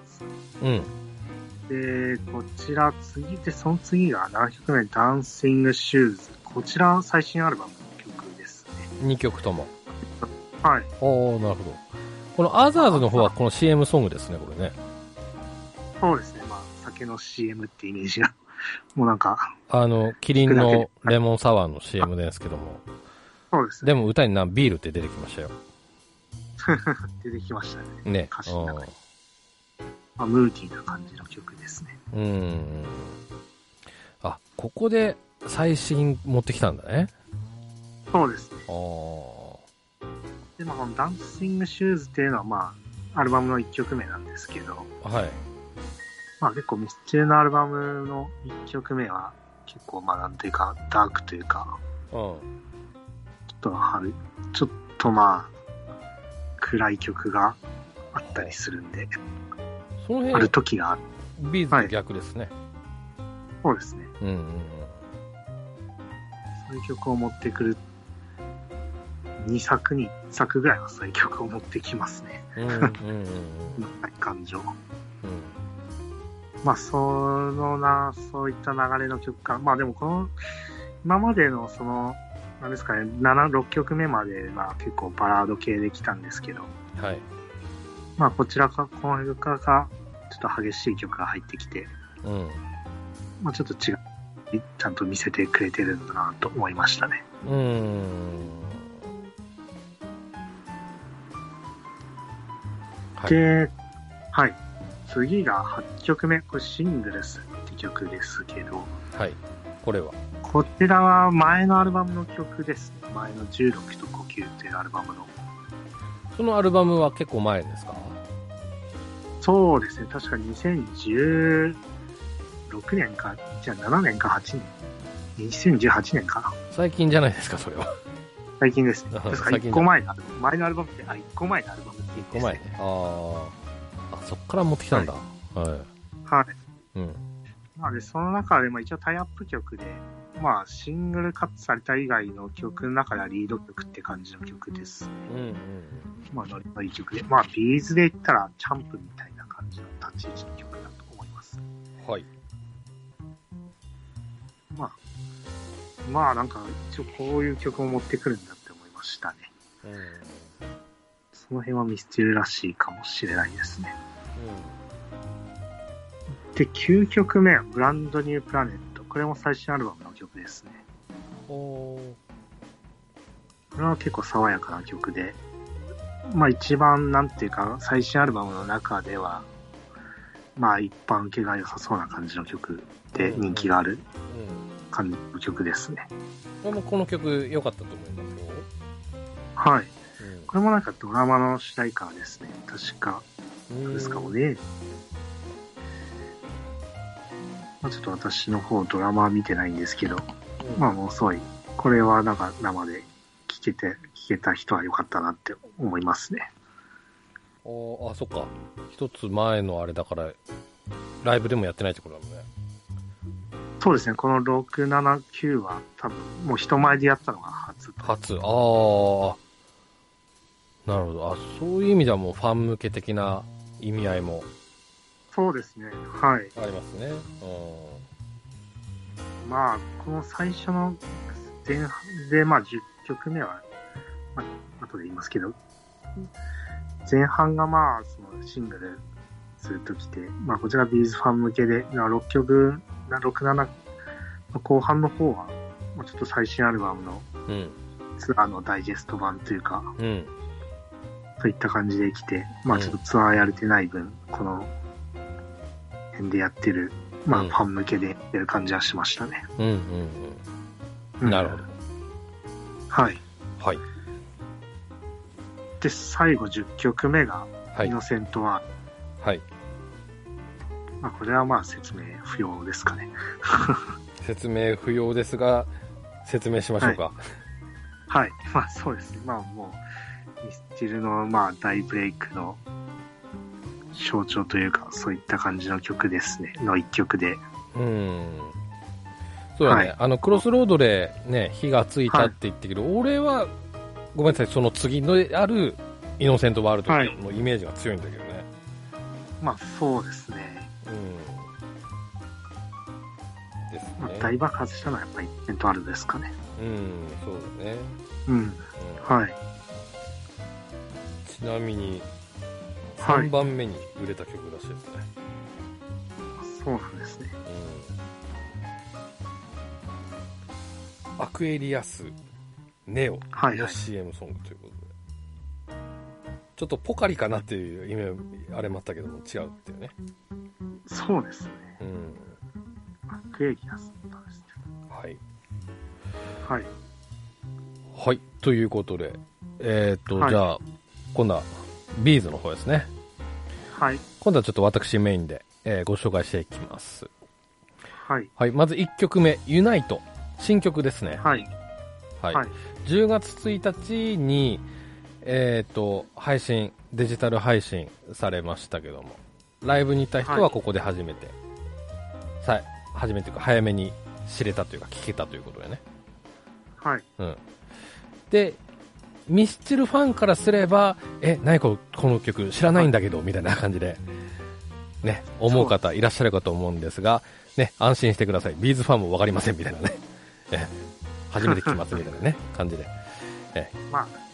ズ。
うん。
で、こちら、次で、その次が7曲目、ダンシングシューズ。こちら、最新アルバムの曲ですね。
2曲とも。
はい。
おおなるほど。このアザーズの方はこの CM ソングですね、これね。
そうですね。まあ、酒の CM ってイメージが、もうなんか、
あの、キリンのレモンサワーの CM ですけども。
そうですね。
でも歌にな、ビールって出てきましたよ。
出てきましたね。
ね。
歌詞の中にまあ、ムーディーな感じの曲ですね。
うん。うん。あ、ここで最新持ってきたんだね。
そうですね。
あー
で、まあ、このダンシングシューズっていうのは、まあ、アルバムの1曲目なんですけど、
はい。
まあ結構ミスチルのアルバムの1曲目は、結構まあなんていうか、ダークというか、
うん。
ちょっとはる、ちょっとまあ、暗い曲があったりするんで、
その
ある
辺、
時がある。
ビーズと逆ですね。
そうですね。
うんうんうん。
そういう曲を持ってくる。2作に、1作ぐらいはそういう曲を持ってきますね。
うんうんうん
なんか感情。
うん。
まあ、そのな、そういった流れの曲か。まあでもこの、今までのその、なんですかね、7、6曲目までは結構バラード系で来たんですけど、
うんはい。
まあこちらか、この曲からちょっと激しい曲が入ってきて、
うん。
まあちょっと違う、ちゃんと見せてくれてるんだなと思いましたね。
うーん。はい。
で、はい。次が8曲目、これシングルスって曲ですけど、
はい。これは。
こちらは前のアルバムの曲ですね。前の16と呼吸っていうアルバムの
そのアルバムは結構前ですか
そうですね、確か2016年か、じゃあ7年か8年、2018年かな、
最近じゃないですか、それは。
最近ですね。
うん
確か
最近だ
1個前のアルバム、前のアルバムって、あ、1個前のアルバムって言って
5
ます
枚ね。ああ。あ、そっから持ってきたんだ。は。
はい
うん。
い。まあで、その中でも一応タイアップ曲で、まあシングルカットされた以外の曲の中ではリード曲って感じの曲です。
うんうん
まあノリのいい曲で、まあビーズで言ったらチャンプみたいな感じの立ち位置の曲だと思います。
うん。はい。
まあなんか一応こういう曲を持ってくるんだって思いましたね。
うん。うん。
その辺はミスチルらしいかもしれないですね。で、9曲目、ブランドニュープラネット。これも最新アルバムの曲ですね。
おー
これは結構爽やかな曲で、まあ一番なんていうか、最新アルバムの中では、まあ一般受けが良さそうな感じの曲で人気がある
うん。
感じの曲ですね。
これもこの曲良かったと思いますよ。
はい。これもなんかドラマの主題歌ですね。確か。
うん。
ですかもね。まあ、ちょっと私の方ドラマは見てないんですけど、
うん。
まあもうすごい、これはなんか生で聞けて、聞けた人は良かったなって思いますね。
おーあ、そっか。一つ前のあれだから、ライブでもやってないってことだもんね。
そうですね、この6、7、9は多分もう人前でやったのが初と。
初、ああ、なるほど。あ、そういう意味ではもうファン向け的な意味合いも
そうですね、はい。
ありますね。うん。
まあ、この最初の前半で、まあ10曲目は、まあ後で言いますけど、前半がまあ、そのシングルずっと来て、まあこちらビーズファン向けで、まあ6曲、な6、7の後半の方は、まあちょっと最新アルバムの
うん。
ツアーのダイジェスト版というか、
うん。
といった感じで来て、まあ
うん
ちょっとツアーやれてない分、この辺でやってる、まあ
うん
ファン向けでやってる感じはしましたね。
うんうん
う
うんん。なるほ。
はい。
ど。はい。
で、最後10曲目が、
は
イ
い。
ノセントは、
はい。
まあこれはまあ説明不要ですかね。
説明不要ですが、説明しましょうか。
はい、 [LAUGHS] まあそうですね、まあもう、ミスチルのまあ大ブレイクの象徴というか、そういった感じの曲ですね、の一曲で。
うん。そうだね、
はい
あの、クロスロードでね、火がついたって言ってけど、俺は、ごめんなさい、その次のある、イノセントワールドのイメージが強いんだけどね。
まあそうですね、
うん。です
まあ、
ね。
大爆発したのはやっぱりイベントあるですかね。
うん、そうだね。
うん、
うん
はい。
ちなみに、
はい
3番目に売れた曲らしいですね。
そうなんですね。
うんアクエリアス、ネオ
はい
の
はい
CM ソングということで。ちょっとポカリかなっていう意味、あれもあったけども、違うっていうね。
そうですね。
うん。
アクエリアスなんですね。
はい。
はい。
はい。ということで、えっ、と、
はい
じゃあ、今度は、ビーズの方ですね。
はい。
今度はちょっと私メインで、えーご紹介していきます。
はい。
はい。まず1曲目、ユナイト。新曲ですね。
はい。
はい。
はい。
10月1日に、えっ、と、配信、デジタル配信されましたけども、ライブに行った人
は
はいここで初めて、さ、初めてというか早めに知れたというか聞けたということでね。
はい。
うん。で、ミスチルファンからすれば、え、何ここの曲知らないんだけど、みたいな感じで、ね、思う方いらっしゃるかと思うんですが、ね、安心してください。ビーズファンもわかりません、みたいなね。え初めて聞きます、みたいなね、感じで。いい
まあ、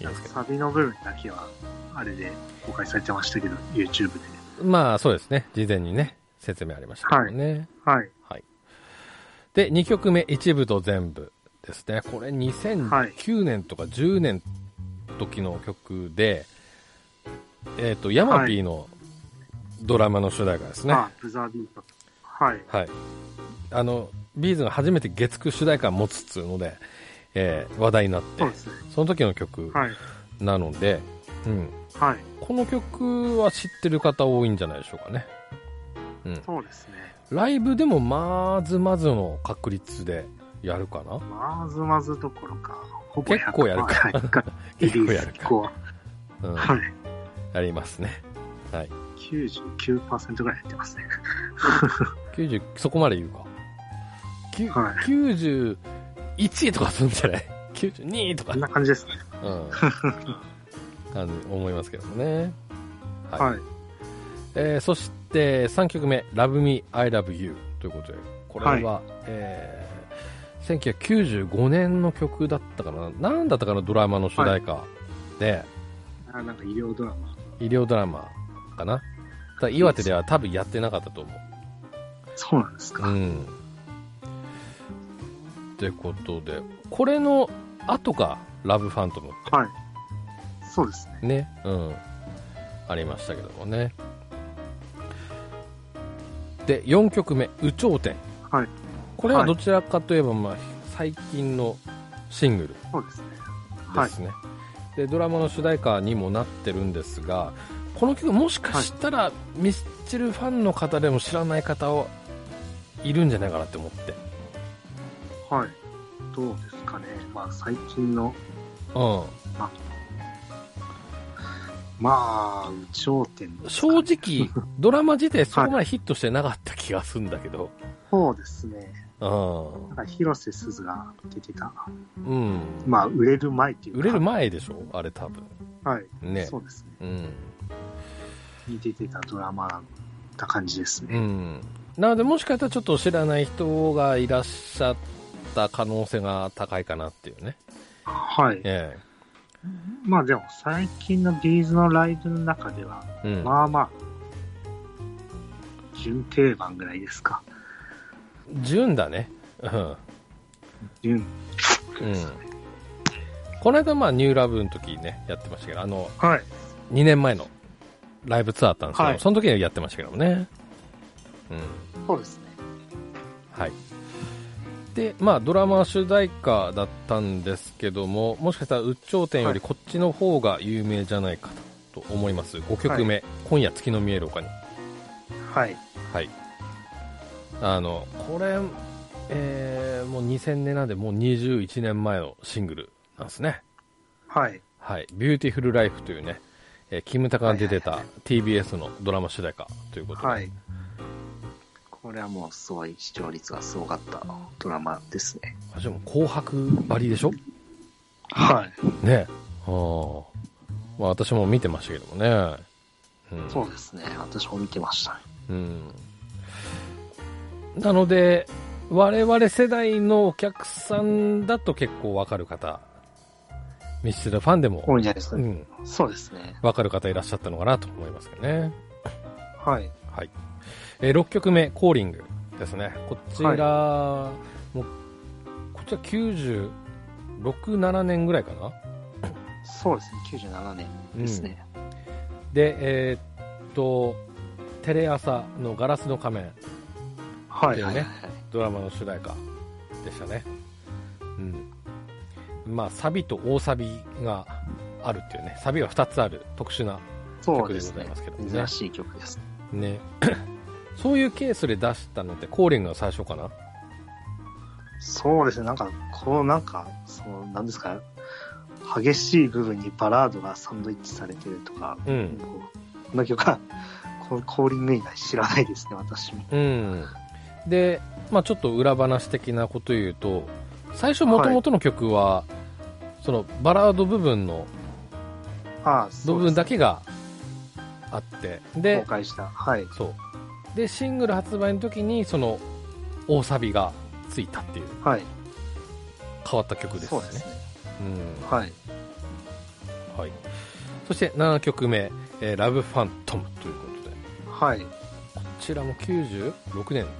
ですけど
サビの部分だけは、あれで公開されてましたけど、YouTube で。
まあそうですね。事前にね、説明ありましたけどね。はい。
はい。
で、2曲目、一部と全部ですね。これ2009年とか10年時の曲で、えっ、と、ヤマピーのドラマの主題歌ですね。は
あ、ブザービート。はい。
い。あの、ビーズが初めて月9主題歌を持つっつうので、えー話題になって
そう、ですね。
その時の曲
はい。
なので、うん。
はい。
この曲は知ってる方多いんじゃないでしょうかね。うん。
そうですね。
ライブでもまずまずの確率でやるかな
まずまずどころか、ほぼ
結構やるか
か。リリース以降は、
うん、
はい。
やりますね。はい。
99%ぐらいやってますね。
90、そこまで言うか。きゅ
はい
91とかするんじゃない ?92 とか
こん、な感じですね。
うん。感じ、思いますけどもね。はい。
はい。
えーそして3曲目、Love Me, I Love You ということで、これは、えー1995年の曲だったかな。なんだったかな、ドラマの主題歌で、
あなんか医療ドラマ。
医療ドラマかなただ岩手では多分やってなかったと思
そうなんですか。
ううんってことでこれの後かラブファントムっ
はい。そうですね。
てねうんありましたけどもねで4曲目「有頂天」
はい
これは
はい
どちらかといえば、まあ、最近のシングル
そうですね。は
で
い
す。ね、でドラマの主題歌にもなってるんですがこの曲もしかしたらミスチルファンの方でも知らない方はいるんじゃないかなって思って、
はい。どうですかね。まあ、最近の、
う
まあ、有頂天
ん、
ですか
正 [LAUGHS] 直ドラマ自体そこまでヒットしてなかった気がするんだけど、
そうですね。
うん
なんか、広瀬すずが出てた。
うん
まあ、売れる前っていうか。
売れる前でしょあれ多分
はい。
ね
そうですね。
うん、
に出てたドラマな感じです
う
ね。
ん、なのでもしかしたらちょっと知らない人がいらっしゃった可能性が高いかなっていうね、
はい。
え
まあでも最近のビーズのライブの中では、
えうん、
まあまあ、準定番ぐらいですか。
純だねうん
準、
うん、この間、まあ、ニューラブの時ね、やってましたけど、あの、
はい。
2年前のライブツアーあったんですけど、
はい
その時にはやってましたけどもね。うん。
そうですね。
はい。で、まあ、ドラマ主題歌だったんですけども、もしかしたら、宇頂天よりこっちの方が有名じゃないかと思います。5曲目、今夜月の見える丘に。
はい。
はい。あの、これ、えーもう2000年なんで、もう21年前のシングルなんですね。
はい。
はい。ビューティフルライフというね、えーキムタカが出てた TBS のドラマ主題歌ということで。
はい。
これはもうすごい視聴率がすごかったドラマですね。
あでも紅白バリでしょ
はい。
ねあーまあ私も見てましたけどもね。うん、
そうですね。私も見てましたね。
うん。なので、我々世代のお客さんだと結構わかる方、ミスチルファンでも、
多いんじゃないですか
う
ね。
ん、
そうですね。
わかる方いらっしゃったのかなと思いますけどね。
はい。
はい。えー6曲目、コーリングですね。こちら、もう、こちら96、7年ぐらいかな
そうですね。97年ですね。
で、えーっと、テレ朝のガラスの仮面
は
って
い。
いう
はい
ね
は、いはい
ドラマの主題歌でしたね。うん。まあ、サビと大サビがあるっていうね、サビが2つある特殊な
そうです
曲でござい
ね
ますけどね。
珍しい曲ですね。
ね。 [CLEARS THROAT] そういうケースで出したのって、コーリングが最初かな
そうですね。なんか、こうなんか、そう、なんですか、激しい部分にバラードがサンドイッチされてるとか、
うん。
もうこの曲は、こうコーリング以外知らないですね、私も。
うん。で、まあちょっと裏話的なこと言うと、最初元々の曲は、そのバラード部分の
ああ、そ
部
う
分だ
け
けがあって
公
で
開した。はい。
そうでシングル発売の時にその大サビがついたっていう
はい。
変わった曲です
そ
ね
うですね。
うん
はい。
はい、そして7曲目「えーラブファントム」ということで
はい。
こちらも96年か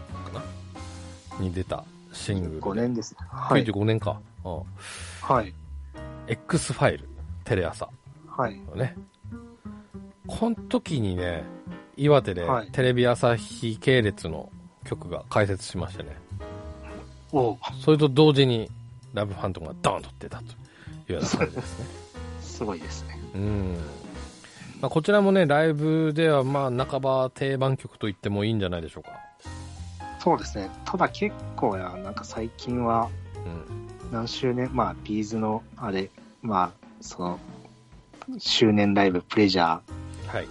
なに出たシングルで
5年ですね。はい。
95年か、うん
はい。
X ファイルテレ朝
はい。
のねこの時にね岩手で
はい
テレビ朝日系列の局が開設しましてね、
おう
それと同時にラブファントムがドーンと出たというような感じですね。
すごいですね。
うんまあ、こちらもね、ライブではまあ半ば定番曲と言ってもいいんじゃないでしょうか。
そうですね。ただ結構や、なんか最近は、
うん、
何周年、まあ、ビーズの、あれ、まあ、その、周年ライブ、プレジャー、
はい、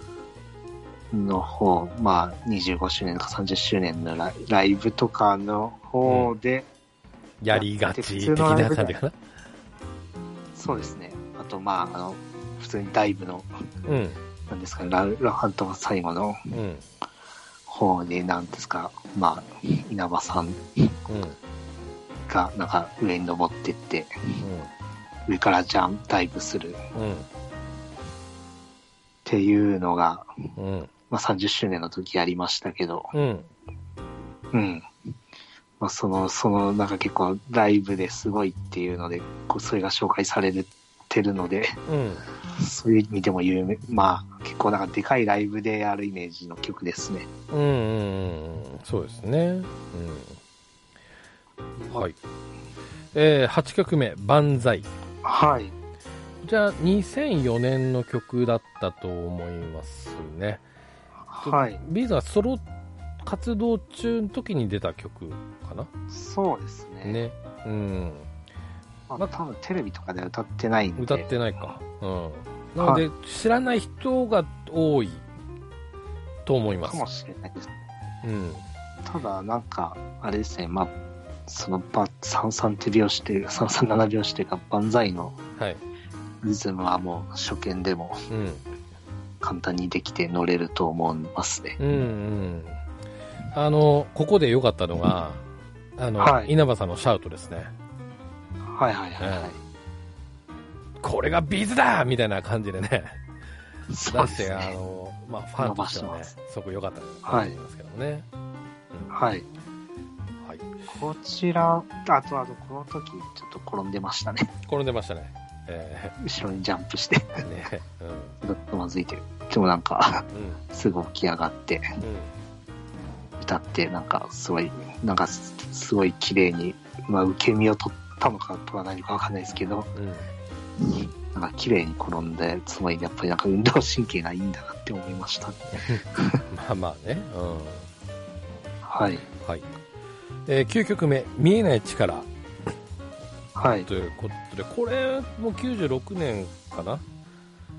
の方、まあ、25周年とか30周年のライライブとかの方で、
やりがち的な感じかな。
そうですね。あと、まあ、あの、普通にダイブの、
うん、
なんですかね、ラウラハントの最後の
うん、うん。
方で、なんですか、まあ、稲葉さんが、なんか、上に登ってって、上からジャンプダイブするっ
う
ていうのが、
ん、うん、
まあ、30周年の時やりましたけど、
うん、
うん。まあ、その、その、なんか結構、ライブですごいっていうので、こう、それが紹介されてるので、
うん。
そういう意味でも有名、まあ、結構なんかでかいライブでやるイメージの曲ですね。
うんうんうん、そうですね。うん。はい。えー、8曲目、万歳。
はい。
じゃあ、2004年の曲だったと思いますね。
はい。
ビーズがソロ活動中の時に出た曲かな
そうですね。
ね。うん。
まあ、多分テレビとかでは歌ってないんで。
歌ってないか。うん。なので、知らない人が多いと思いま
か
す
も。しれないです。
うん。
ただ、なんか、あれですね、まあ、その、ば、三三手拍子というか、三三七拍子というか、万歳の
はい。
リズムはもう初見でも
うん。
簡単にできて乗れると思いますね。
うんうん。あの、ここで良かったのが、あの、
はい
稲葉さんのシャウトですね。
はいはいはいはい。
えこれがビーズだみたいな感じでね。
そ
出
うで
し
す
て、あ
ね。
の、まあ、ファンとしては
伸ば
ね、
して
すごく良かったと思いますけどもね。
はい。
うんはい。
こちら、あとあとこの時、ちょっと転んでましたね。 [LAUGHS]
転んでましたね。え
後ろにジャンプして、
え [LAUGHS] ねうん
ずっとまずいてる。でもなんか、すぐ起き上がって、
うんうん
歌って、なんかすごい、なんかすすごい綺麗に、まあ受け身を取ったのか取らないのかわかんないですけど、
うん
なんか綺麗に転んで、すごいやっぱりなんか運動神経がいいんだなって思いました。
まあまあねうん
はい。
はい、えー9曲目「見えない力
はい」。
ということでこれも96年かな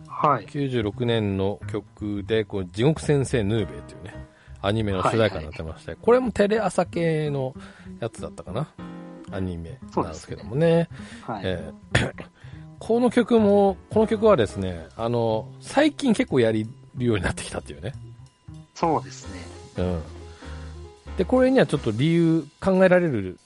はい。
96年の曲でこう「地獄先生ヌーベイ」というねアニメの主題歌になってまして、これもテレ朝系のやつだったかなアニメなんですけどもね
はい。
えー [COUGHS] この曲もこの曲はですねあの最近結構やるようになってきたっていうね
そうですね。
うん、でこれにはちょっと理由考えられる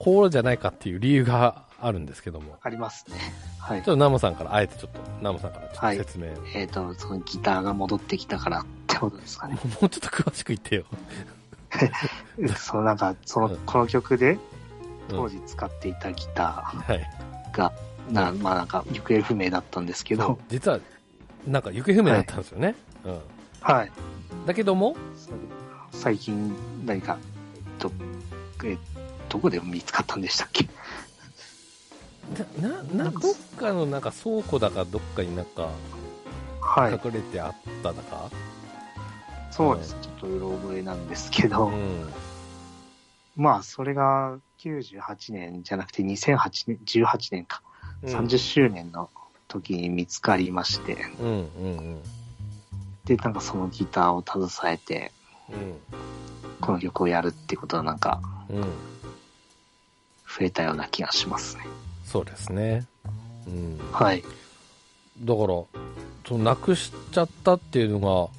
こうじゃないかっていう理由があるんですけども
ありますね。は
ちょ
い
っ。とナモさんからあえてちょっとナモさんからちょっと説明、 [LAUGHS] も
えっ、と、そのギターが戻ってきたからってことですかね。
うちょっと詳しく言ってよ、
[LAUGHS] そのなんか、その
うん、
この曲で
うん
当時使っていたギタ
はい、
ーが、な、まあなんか、行方不明だったんですけど、
実はなんか行方不明だったんですよね、
はい。
うん、だけども
それ最近、何か、ど、え、どこで見つかったんでしたっけ
なななどっかのなんか倉庫だかどっかになんか
はい。
隠れてあっただか、
そうです。ちょっとうろ覚えなんですけ
う
ど、
ん
まあ、それが98年じゃなくて2008年、18年か、30周年の時に見つかりまして、
うんうんうん
で、なんかそのギターを携えて、この曲をやるってことはなんか
うんうん
増えたような気がしますね。
そうですねうん
はい。
だからそのなくしちゃったっていうの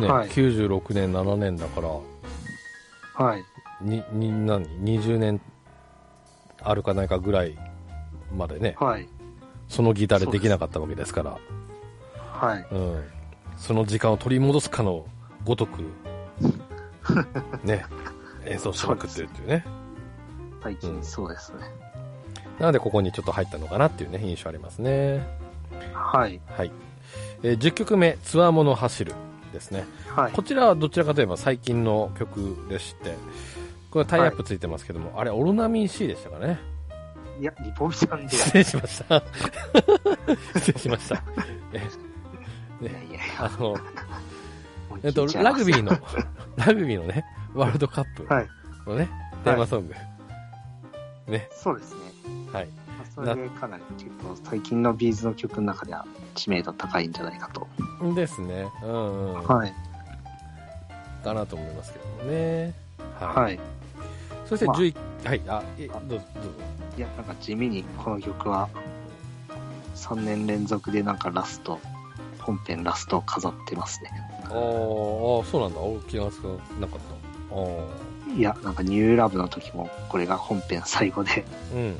が、ね
はい
96年7年だから
はい。
にに何20年あるかないかぐらいまでね
はい。
そのギターでできなかったわけですから
はい。
そ,、うん、その時間を取り戻すかのご
[LAUGHS]
とくね演奏しまくってるっていうね
最近そうですね。
なのでここにちょっと入ったのかなっていうね印象ありますね
はい。
はい、えー10曲目「つわもの走る」ですね
はい
こ。ちらはどちらかといえば最近の曲でして、これタイアップついてますけども、あれ、オロナミン C でしたかね。
いや、リポビタンでは
失礼しました。 [LAUGHS] 失礼しました。
いやいやい
あ
や、
の、
もう
えっと、
聞いちゃいま
ラ
す
グビーの、ラグビーのね、ワールドカップ
はい。
のね、テーマソング。ね、
そうですね。
はい。
まあそれでかなり結構最近のビーズの曲の中では知名度高いんじゃないかと。
ですね。うん、うん。
はい。
かなと思いますけどもね。はい。
はい。
そして
まあ
11、はい、あ、えどうぞ、どうぞ。
いや、なんか地味にこの曲は3年連続でなんかラスト、本編ラストを飾ってますね。
あーあー、そうなんだ。お気がつかなかった。あ
いや、なんかニューラブの時もこれが本編最後で、
あ。
[LAUGHS]
うん。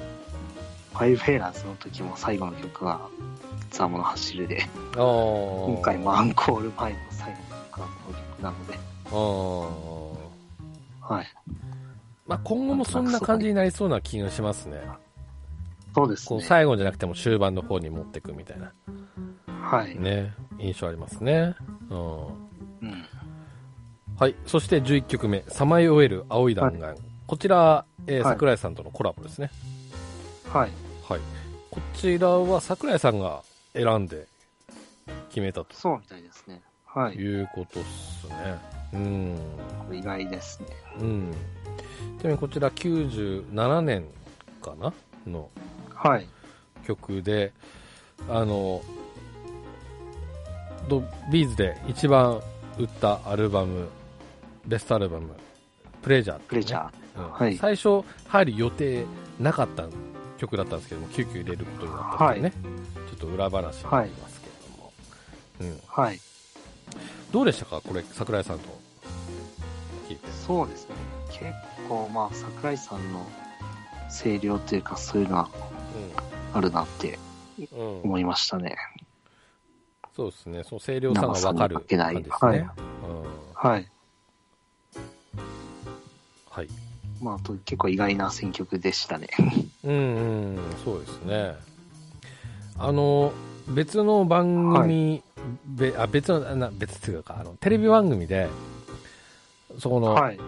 ファイブフェイラーズの時も最後の曲は、ツアモの走るで、
ああ。
今回もアンコール前の最後の曲はこの曲なので、
あ
はい。
まあ、今後もそんな感じになりそうな気がしますね。
そうです
こう
ね。
最後じゃなくても終盤の方に持っていくみたいな、
はい。
ね、印象ありますね。うん。
うん。
はい。そして11曲目、さまよえる青い弾丸。こちら、えー
はい
桜井さんとのコラボですね。
はい。
はい。こちらは桜井さんが選んで決めたと
そうみたいですね。はい。
いうことっすね。うん。
意外ですね。
うん。ちなみにこちら97年かなの
はい。
曲で、あの、ドビーズで一番売ったアルバム、ベストアルバム、プレジャーっていうね、
プレジャー。
うん
はい
最初入る予定なかった曲だったんですけども、急遽入れることになったんでね、ちょっと裏話になりますけども、うん。
はい。
どうでしたかこれ、桜井さんと聞いて。
そうですね。結構、まあ、桜井さんの声量というか、そういうのはあるなって
うん。うん。
思いましたね。
そうですね、その清涼さがわかる
生さんに負けな
感
い
じですね。
はい
うん。
はい。
はい。
まあ、あと結構意外な選曲でしたね。
うんうん、そうですね。あの別の番組、べあ別のな別っていうかあのテレビ番組でそこの、
はい。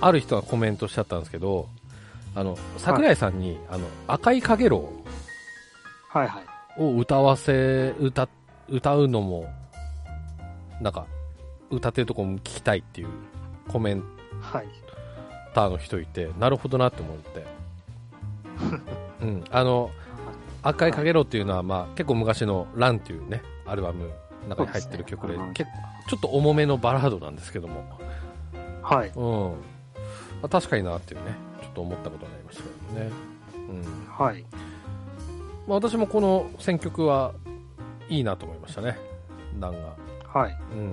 ある人がコメントしちゃったんですけどあの桜井さんに、あの赤いかげろ
はいはい。
うを歌わせ歌歌うのもなんか歌ってるとこも聞きたいっていうコメン
はい。
ターの人いてなるほどなって思っ
[LAUGHS]
て、うん、あの赤いかげろうっていうのは、まあ、結構昔の「ランっていうねアルバムの中に入ってる曲で
そうですね
結構ちょっと重めのバラードなんですけども、
はい。
うんまあ、確かになっていうねちょっと思ったことになりましたけどね、うん
はい。
まあ、私もこの選曲はいいなと思いましたね弾が、
はい。
うんうん、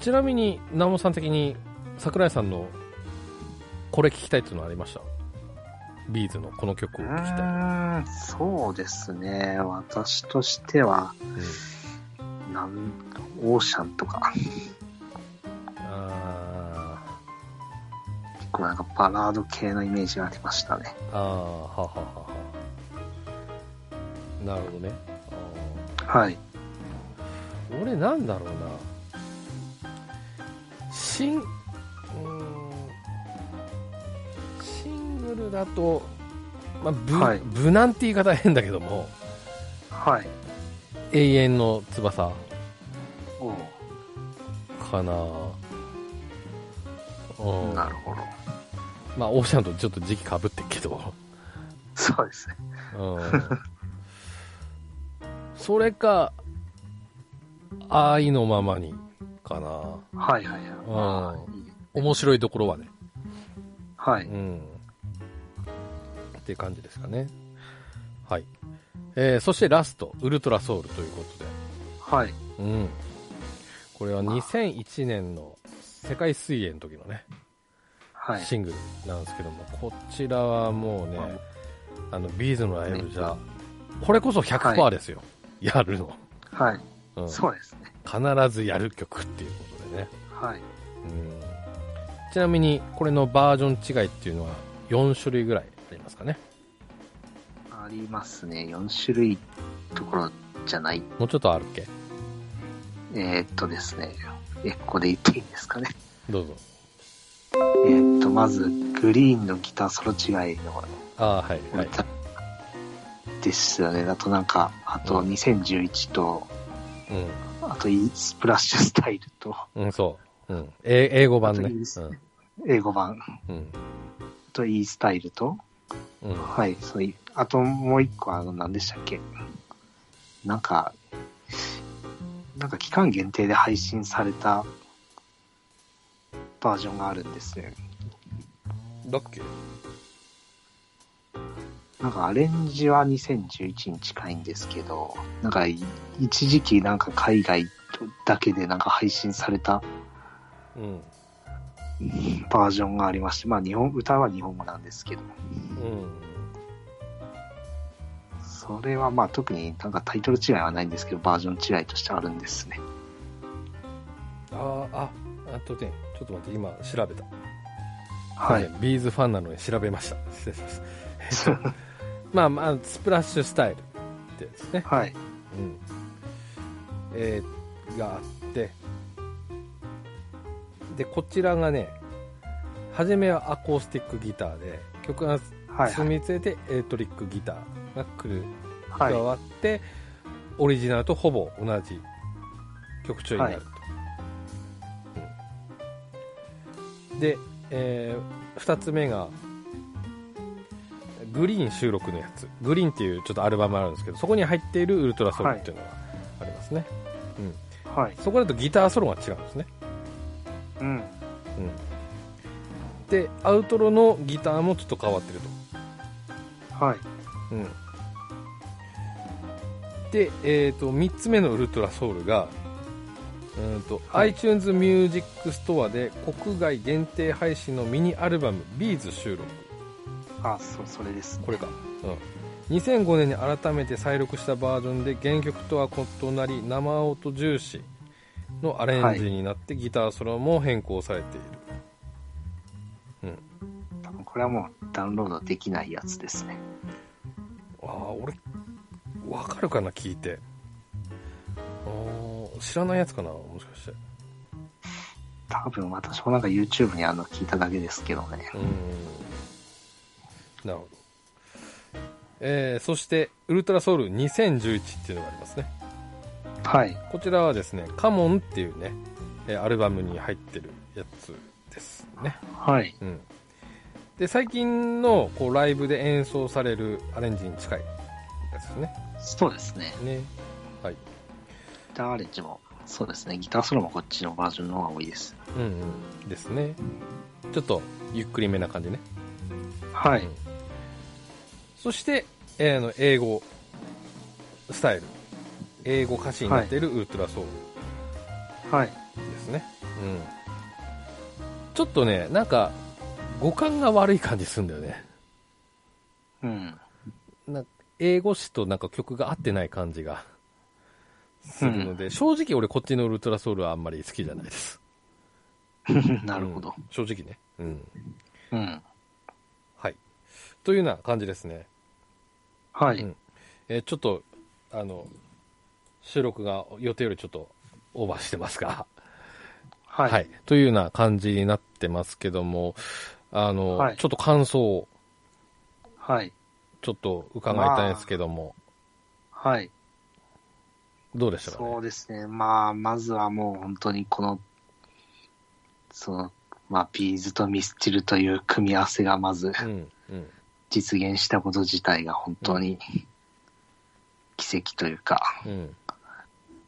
ちなみに南本さん的に桜井さんのこれ聴きたいっていうのはありましたビーズのこの曲
う
を聴きたい、
ーん、そうですね。私としては、
うん
なんオーシャンとか、
あー
結構なんかバラード系のイメージがありましたね。
あーははははなるほどねあー
はい。
俺なんだろうなシンうーんシングルだと、まあぶ
はい
無難って言い方は変だけども
はい。
「永遠の翼
おう」
かなうん
なるほど。
まあオーシャンとちょっと時期かぶってっけど、
そうですね。
うん
[LAUGHS]
それか「愛のままに」かな
はいはいはい。まあいい
面白いところはね
は
う
い。
ん。っていう感じですかね。はい。えー、そしてラスト、ウルトラソウルということで。
はい。
うん。これは2001年の世界水泳の時のね、
はい。
シングルなんですけども、こちらはもうね、あの、ビーズのライブじゃ、これこそ100%ですよ。やるの。
はい。
うん。必
そうですね。
ずやる曲っていうことでね。
は
う
い。
ん。ちなみに、これのバージョン違いっていうのは4種類ぐらいありますかね。
ありますね。4種類ところじゃない。
もうちょっとあるっけ
えーっとですね。え、ここで言っていいですかね。
どうぞ。
えーっと、まず、グリーンのギターソロ違いの
ああー、はい、はい。
歌ですよね。あとなんか、あと2011と、あとイスプラッシュスタイルと、
うん、うん、そう。うん。え英語版ね。
あといいですね英語版
うん。
と E スタイルと、
うん。うん。
はい、そういう、あともう一個、あの、何でしたっけなんか、なんか期間限定で配信されたバージョンがあるんですね。
だっけ
なんかアレンジは2011に近いんですけど、なんかい一時期なんか海外だけでなんか配信された
うん。うん。
バージョンがありまして、まあ日本、歌は日本語なんですけど、それはまあ特になんかタイトル違いはないんですけど、バージョン違いとしてあるんですね。
あーあ、あとね、ちょっと待って、今調べた。
はい。。
ビーズファンなのに調べました。失礼しました。 [LAUGHS] まあまあ、スプラッシュスタイルってですね。
はい。
うん。えー、があって、で、こちらがね、初めはアコースティックギターで、曲が
はい
積。みつれてエレクトリックギターが来る加
はい。
わって、オリジナルとほぼ同じ曲調になると、うんで、え2つ目がグリーン収録のやつグリーンっていうちょっとアルバムあるんですけどそこに入っているウルトラソウルっていうのがありますね、
はい。
そこだとギターソロが違うんですね、
うん。
うん、でアウトロのギターもちょっと変わってると
はい。
うん、で、えー、と3つ目のウルトラソウルが、うーんと iTunes ミュージックストアで国外限定配信のミニアルバム「ビーズ収録
あ、そう、それですね。
これか、うん、2005年に改めて再録したバージョンで原曲とは異なり生音重視のアレンジになって、ギターソロも変更されている
多分これはもうダウンロードできないやつですね。
ああ俺わかるかな聞いてあー知らないやつかなもしかして
多分私もなんか YouTube にあの聞いただけですけどね。
うんなるほど、えーそしてウルトラソウル2011っていうのがありますね
はい。
こちらはですね「カモン」っていうねえーアルバムに入ってるやつですね
はい。
うんで最近のこうライブで演奏されるアレンジに近いやつですね
そうですね。
ねはい
ギターアレンジも、そうですね。ギターソロもこっちのバージョンの方が多いです。
うんうんですねちょっとゆっくりめな感じね
は
う
い
ん。そして、えーあの英語スタイル英語歌詞になっているウルトラソウ
はい。
ルですね、うんちょっとねなんか語感が悪い感じするんだよね
うん。 [LAUGHS]
な英語詞となんか曲が合ってない感じがするので、正直俺こっちのウルトラソウルはあんまり好きじゃないです
なるほど
う。ん正直ねうん
うん。
はいというような感じですね
は
う
い
ん。えーちょっと、あの、収録が予定よりちょっとオーバーしてますが、
はい。
というような感じになってますけども、あの、
はい
ちょっと感想を
はい。
ちょっと伺いたいんですけども、
はい。
どうでしたかね
そうですね。まあ、まずはもう本当にこの、その、まあ、ビーズとミスチルという組み合わせがまず
うん、うん、
実現したこと自体が本当に奇跡というか、
うん、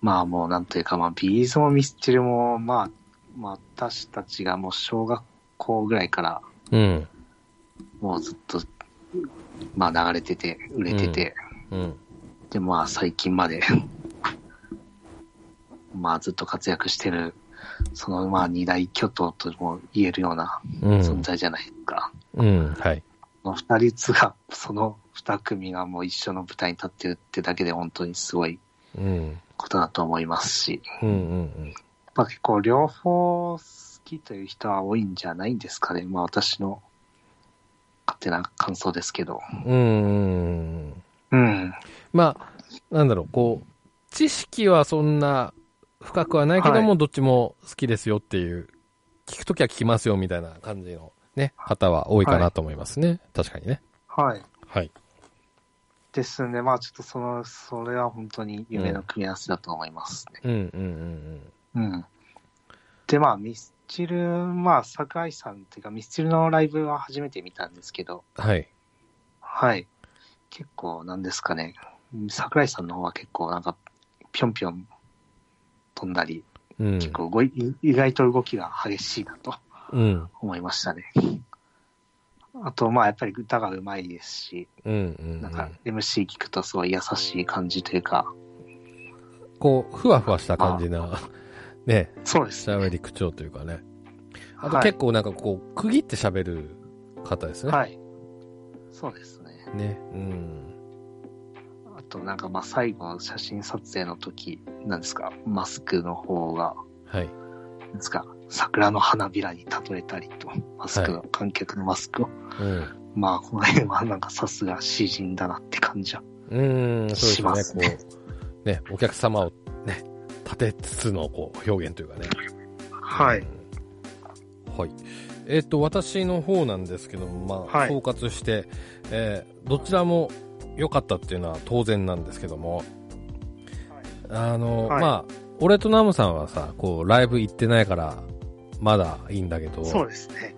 まあもうなんというか、まあ、ビーズもミスチルも、まあ、まあ、私たちがもう小学校ぐらいから
うん、
もうずっと、まあ流れてて、売れてて、
うん、
で、まあ最近まで、 [LAUGHS] まあずっと活躍してる、そのまあ二大巨頭とも言えるような
うん、
存在じゃないですか。
うん、はい。
この二人が、その二組がもう一緒の舞台に立ってるってだけで本当にすごい
うん、
ことだと思いますし、
うん、うん、
まあ結構両方好きという人は多いんじゃないんですかね。まあ私の勝手な感想ですけど。
うん、うん。
うん。
まあ、なんだろう、こう、知識はそんな深くはないけども、
は
どっちも好きですよっていう、聞くときは聞きますよみたいな感じのね、方は多いかなと思いますね。確かにね。
はい。
はい。
ですね。まあちょっとその、それは本当に夢の組み合わせだと思いますね。
うんうんうん
うん。で、まあミスチル、まあ酒井さんっていうかミスチルのライブは初めて見たんですけど、
うん。はい。
はい。結構なんですかね。桜井さんの方は結構なんか、ぴょんぴょん飛んだり、
うん。
結構動い、意外と動きが激しいなと [LAUGHS]
うん。
思いましたね。あと、まあやっぱり歌がうまいですし、
うんうん、う
なん
ん。
か MC 聞くとすごい優しい感じというか、
こう、ふわふわした感じな、ね、
そうですね。
喋り口調というかね。あと
はい
結構なんかこう、区切って喋る方ですね。
はい。そうですね。
ね。うん。
あとなんかまあ最後の写真撮影の時、なんですか、マスクの方が、
はい。
なんですか、桜の花びらに例えたりと、マスクの、観客のマスクを。
うん。
まあこの辺はなんかさすが詩人だなって感じは。
うん、そうです
し
よね。
ますね
こう、ね、お客様をね、立てつつのこう表現というかね。
は
う
い。
ん。はい。えっ、と、私の方なんですけども、まあ、
はい
総括して、えーどちらも良かったっていうのは当然なんですけども、あの、
はい
まあ、俺とナムさんはさ、こう、ライブ行ってないから、まだいいんだけど、
そうですね。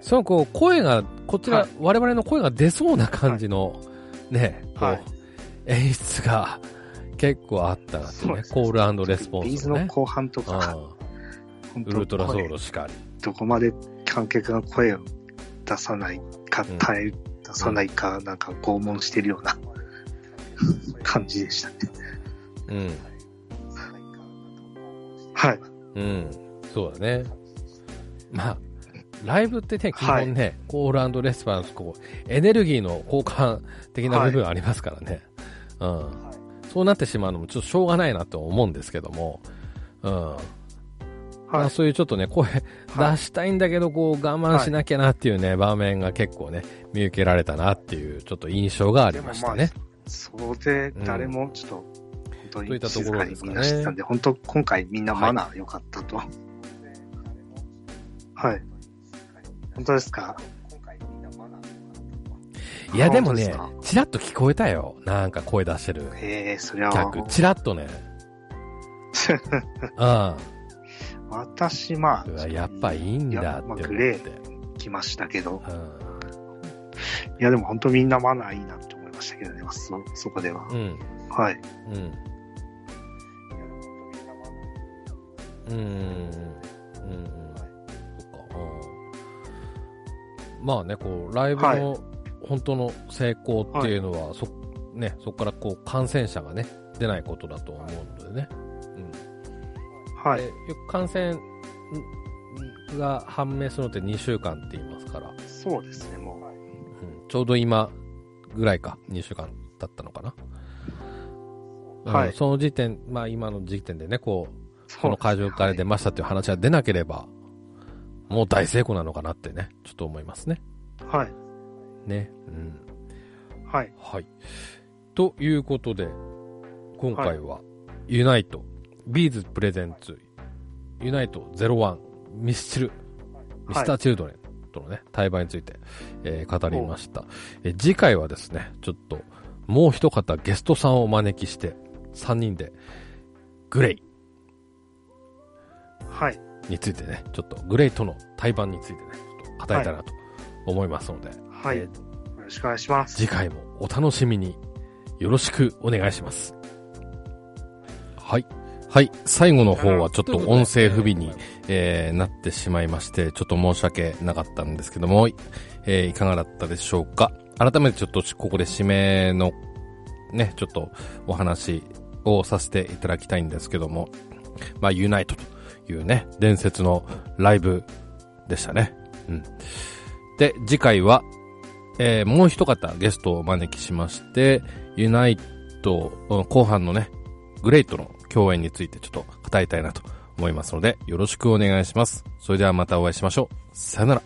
そのこう声が、こちら、
はい
我々の声が出そうな感じの、ね、こう、
はい
演出が結構あったなっていう
そう
ね
で、
コールアンドレスポン
ビー
ス
ズ
の
の
ね。
後半とか、
う
本
ん、ウルトラソウ
声
ルしかり。
どこまで観客が声を出さないか、
うん
耐え出さないか、なんか拷問してるような感じでしたね。
うん。
はい。
うん、そうだね。まあ、ライブってね、基本ね、コールレスポンス、こう、エネルギーの交換的な部分ありますからね。うん。そうなってしまうのもちょっとしょうがないなと思うんですけども、うん。まあ、そういうちょっとね、声出したいんだけど、こう、我慢しなきゃなっていうね、場面が結構ね、見受けられたなっていう、ちょっと印象がありましたね。
そこで誰もちょっと、本当
といっ
に
たとこ
静
ろ
か
で
に
すか
み
ね
んなしてたんで、本当今回みんなマナー良かったと。はい。本当ですか
いや、でも
本
ね
当です、
チラッと聞こえたよ。なんか声出してる
か。へえそりゃ、
客。チラッ
[LAUGHS]
とね。うん。
私、ま
う
あ、
わやっぱいいん
い
だ
や
って思
まあ
って。
グレー来ましたけど、
うん
いや、でも本当みんなマナーいいなって思いましたけどね、そそこでは。
うん。
はい。
うん。うん。うん。うん。そっか。うんまあね、こう、ライブ
は
の本当の成功っていうのは、そ、ね、そこからこう、感染者がね、出ないことだと思うのでね。うん。
はい
で。よく感染が判明するのって2週間って言いますから、
そうですね、もう。
うんちょうど今ぐらいか、2週間経ったのかな。うん
はい
その時点、まあ今の時点でね、こう、
そ
この会場から出
も。
ましたっていう話は出なければ、もう大成功なのかなってね、ちょっと思いますね。
はい。
ね。うん。
はい。
はい。ということで、今回は、ユナイト、ビーズプレゼンツ、ユナイト01、ミスチル、ミスターチルドレンとのね、対話について、えー語りました。えー次回はですね、ちょっと、もう一方ゲストさんをお招きして、3人で、グレイ
はい。
についてね、ちょっと、グレイとの対話についてね、ちょっと語りたいなと思いますので、
は
え
い
ー。
よろしくお願いします。
次回もお楽しみによろしくお願いします。はい。はい。最後の方はちょっと音声不備に、えーなってしまいまして、ちょっと申し訳なかったんですけども、えーいかがだったでしょうか。改めてちょっとここで締めのね、ちょっとお話をさせていただきたいんですけども、まあ、ユナイトというね、伝説のライブでしたね。うん。で、次回は、えーもう一方ゲストをお招きしまして、ユナイト、うん後半のね、グレイトの共演についてちょっと語りたいなと思いますので、よろしくお願いします。それではまたお会いしましょう。さよなら。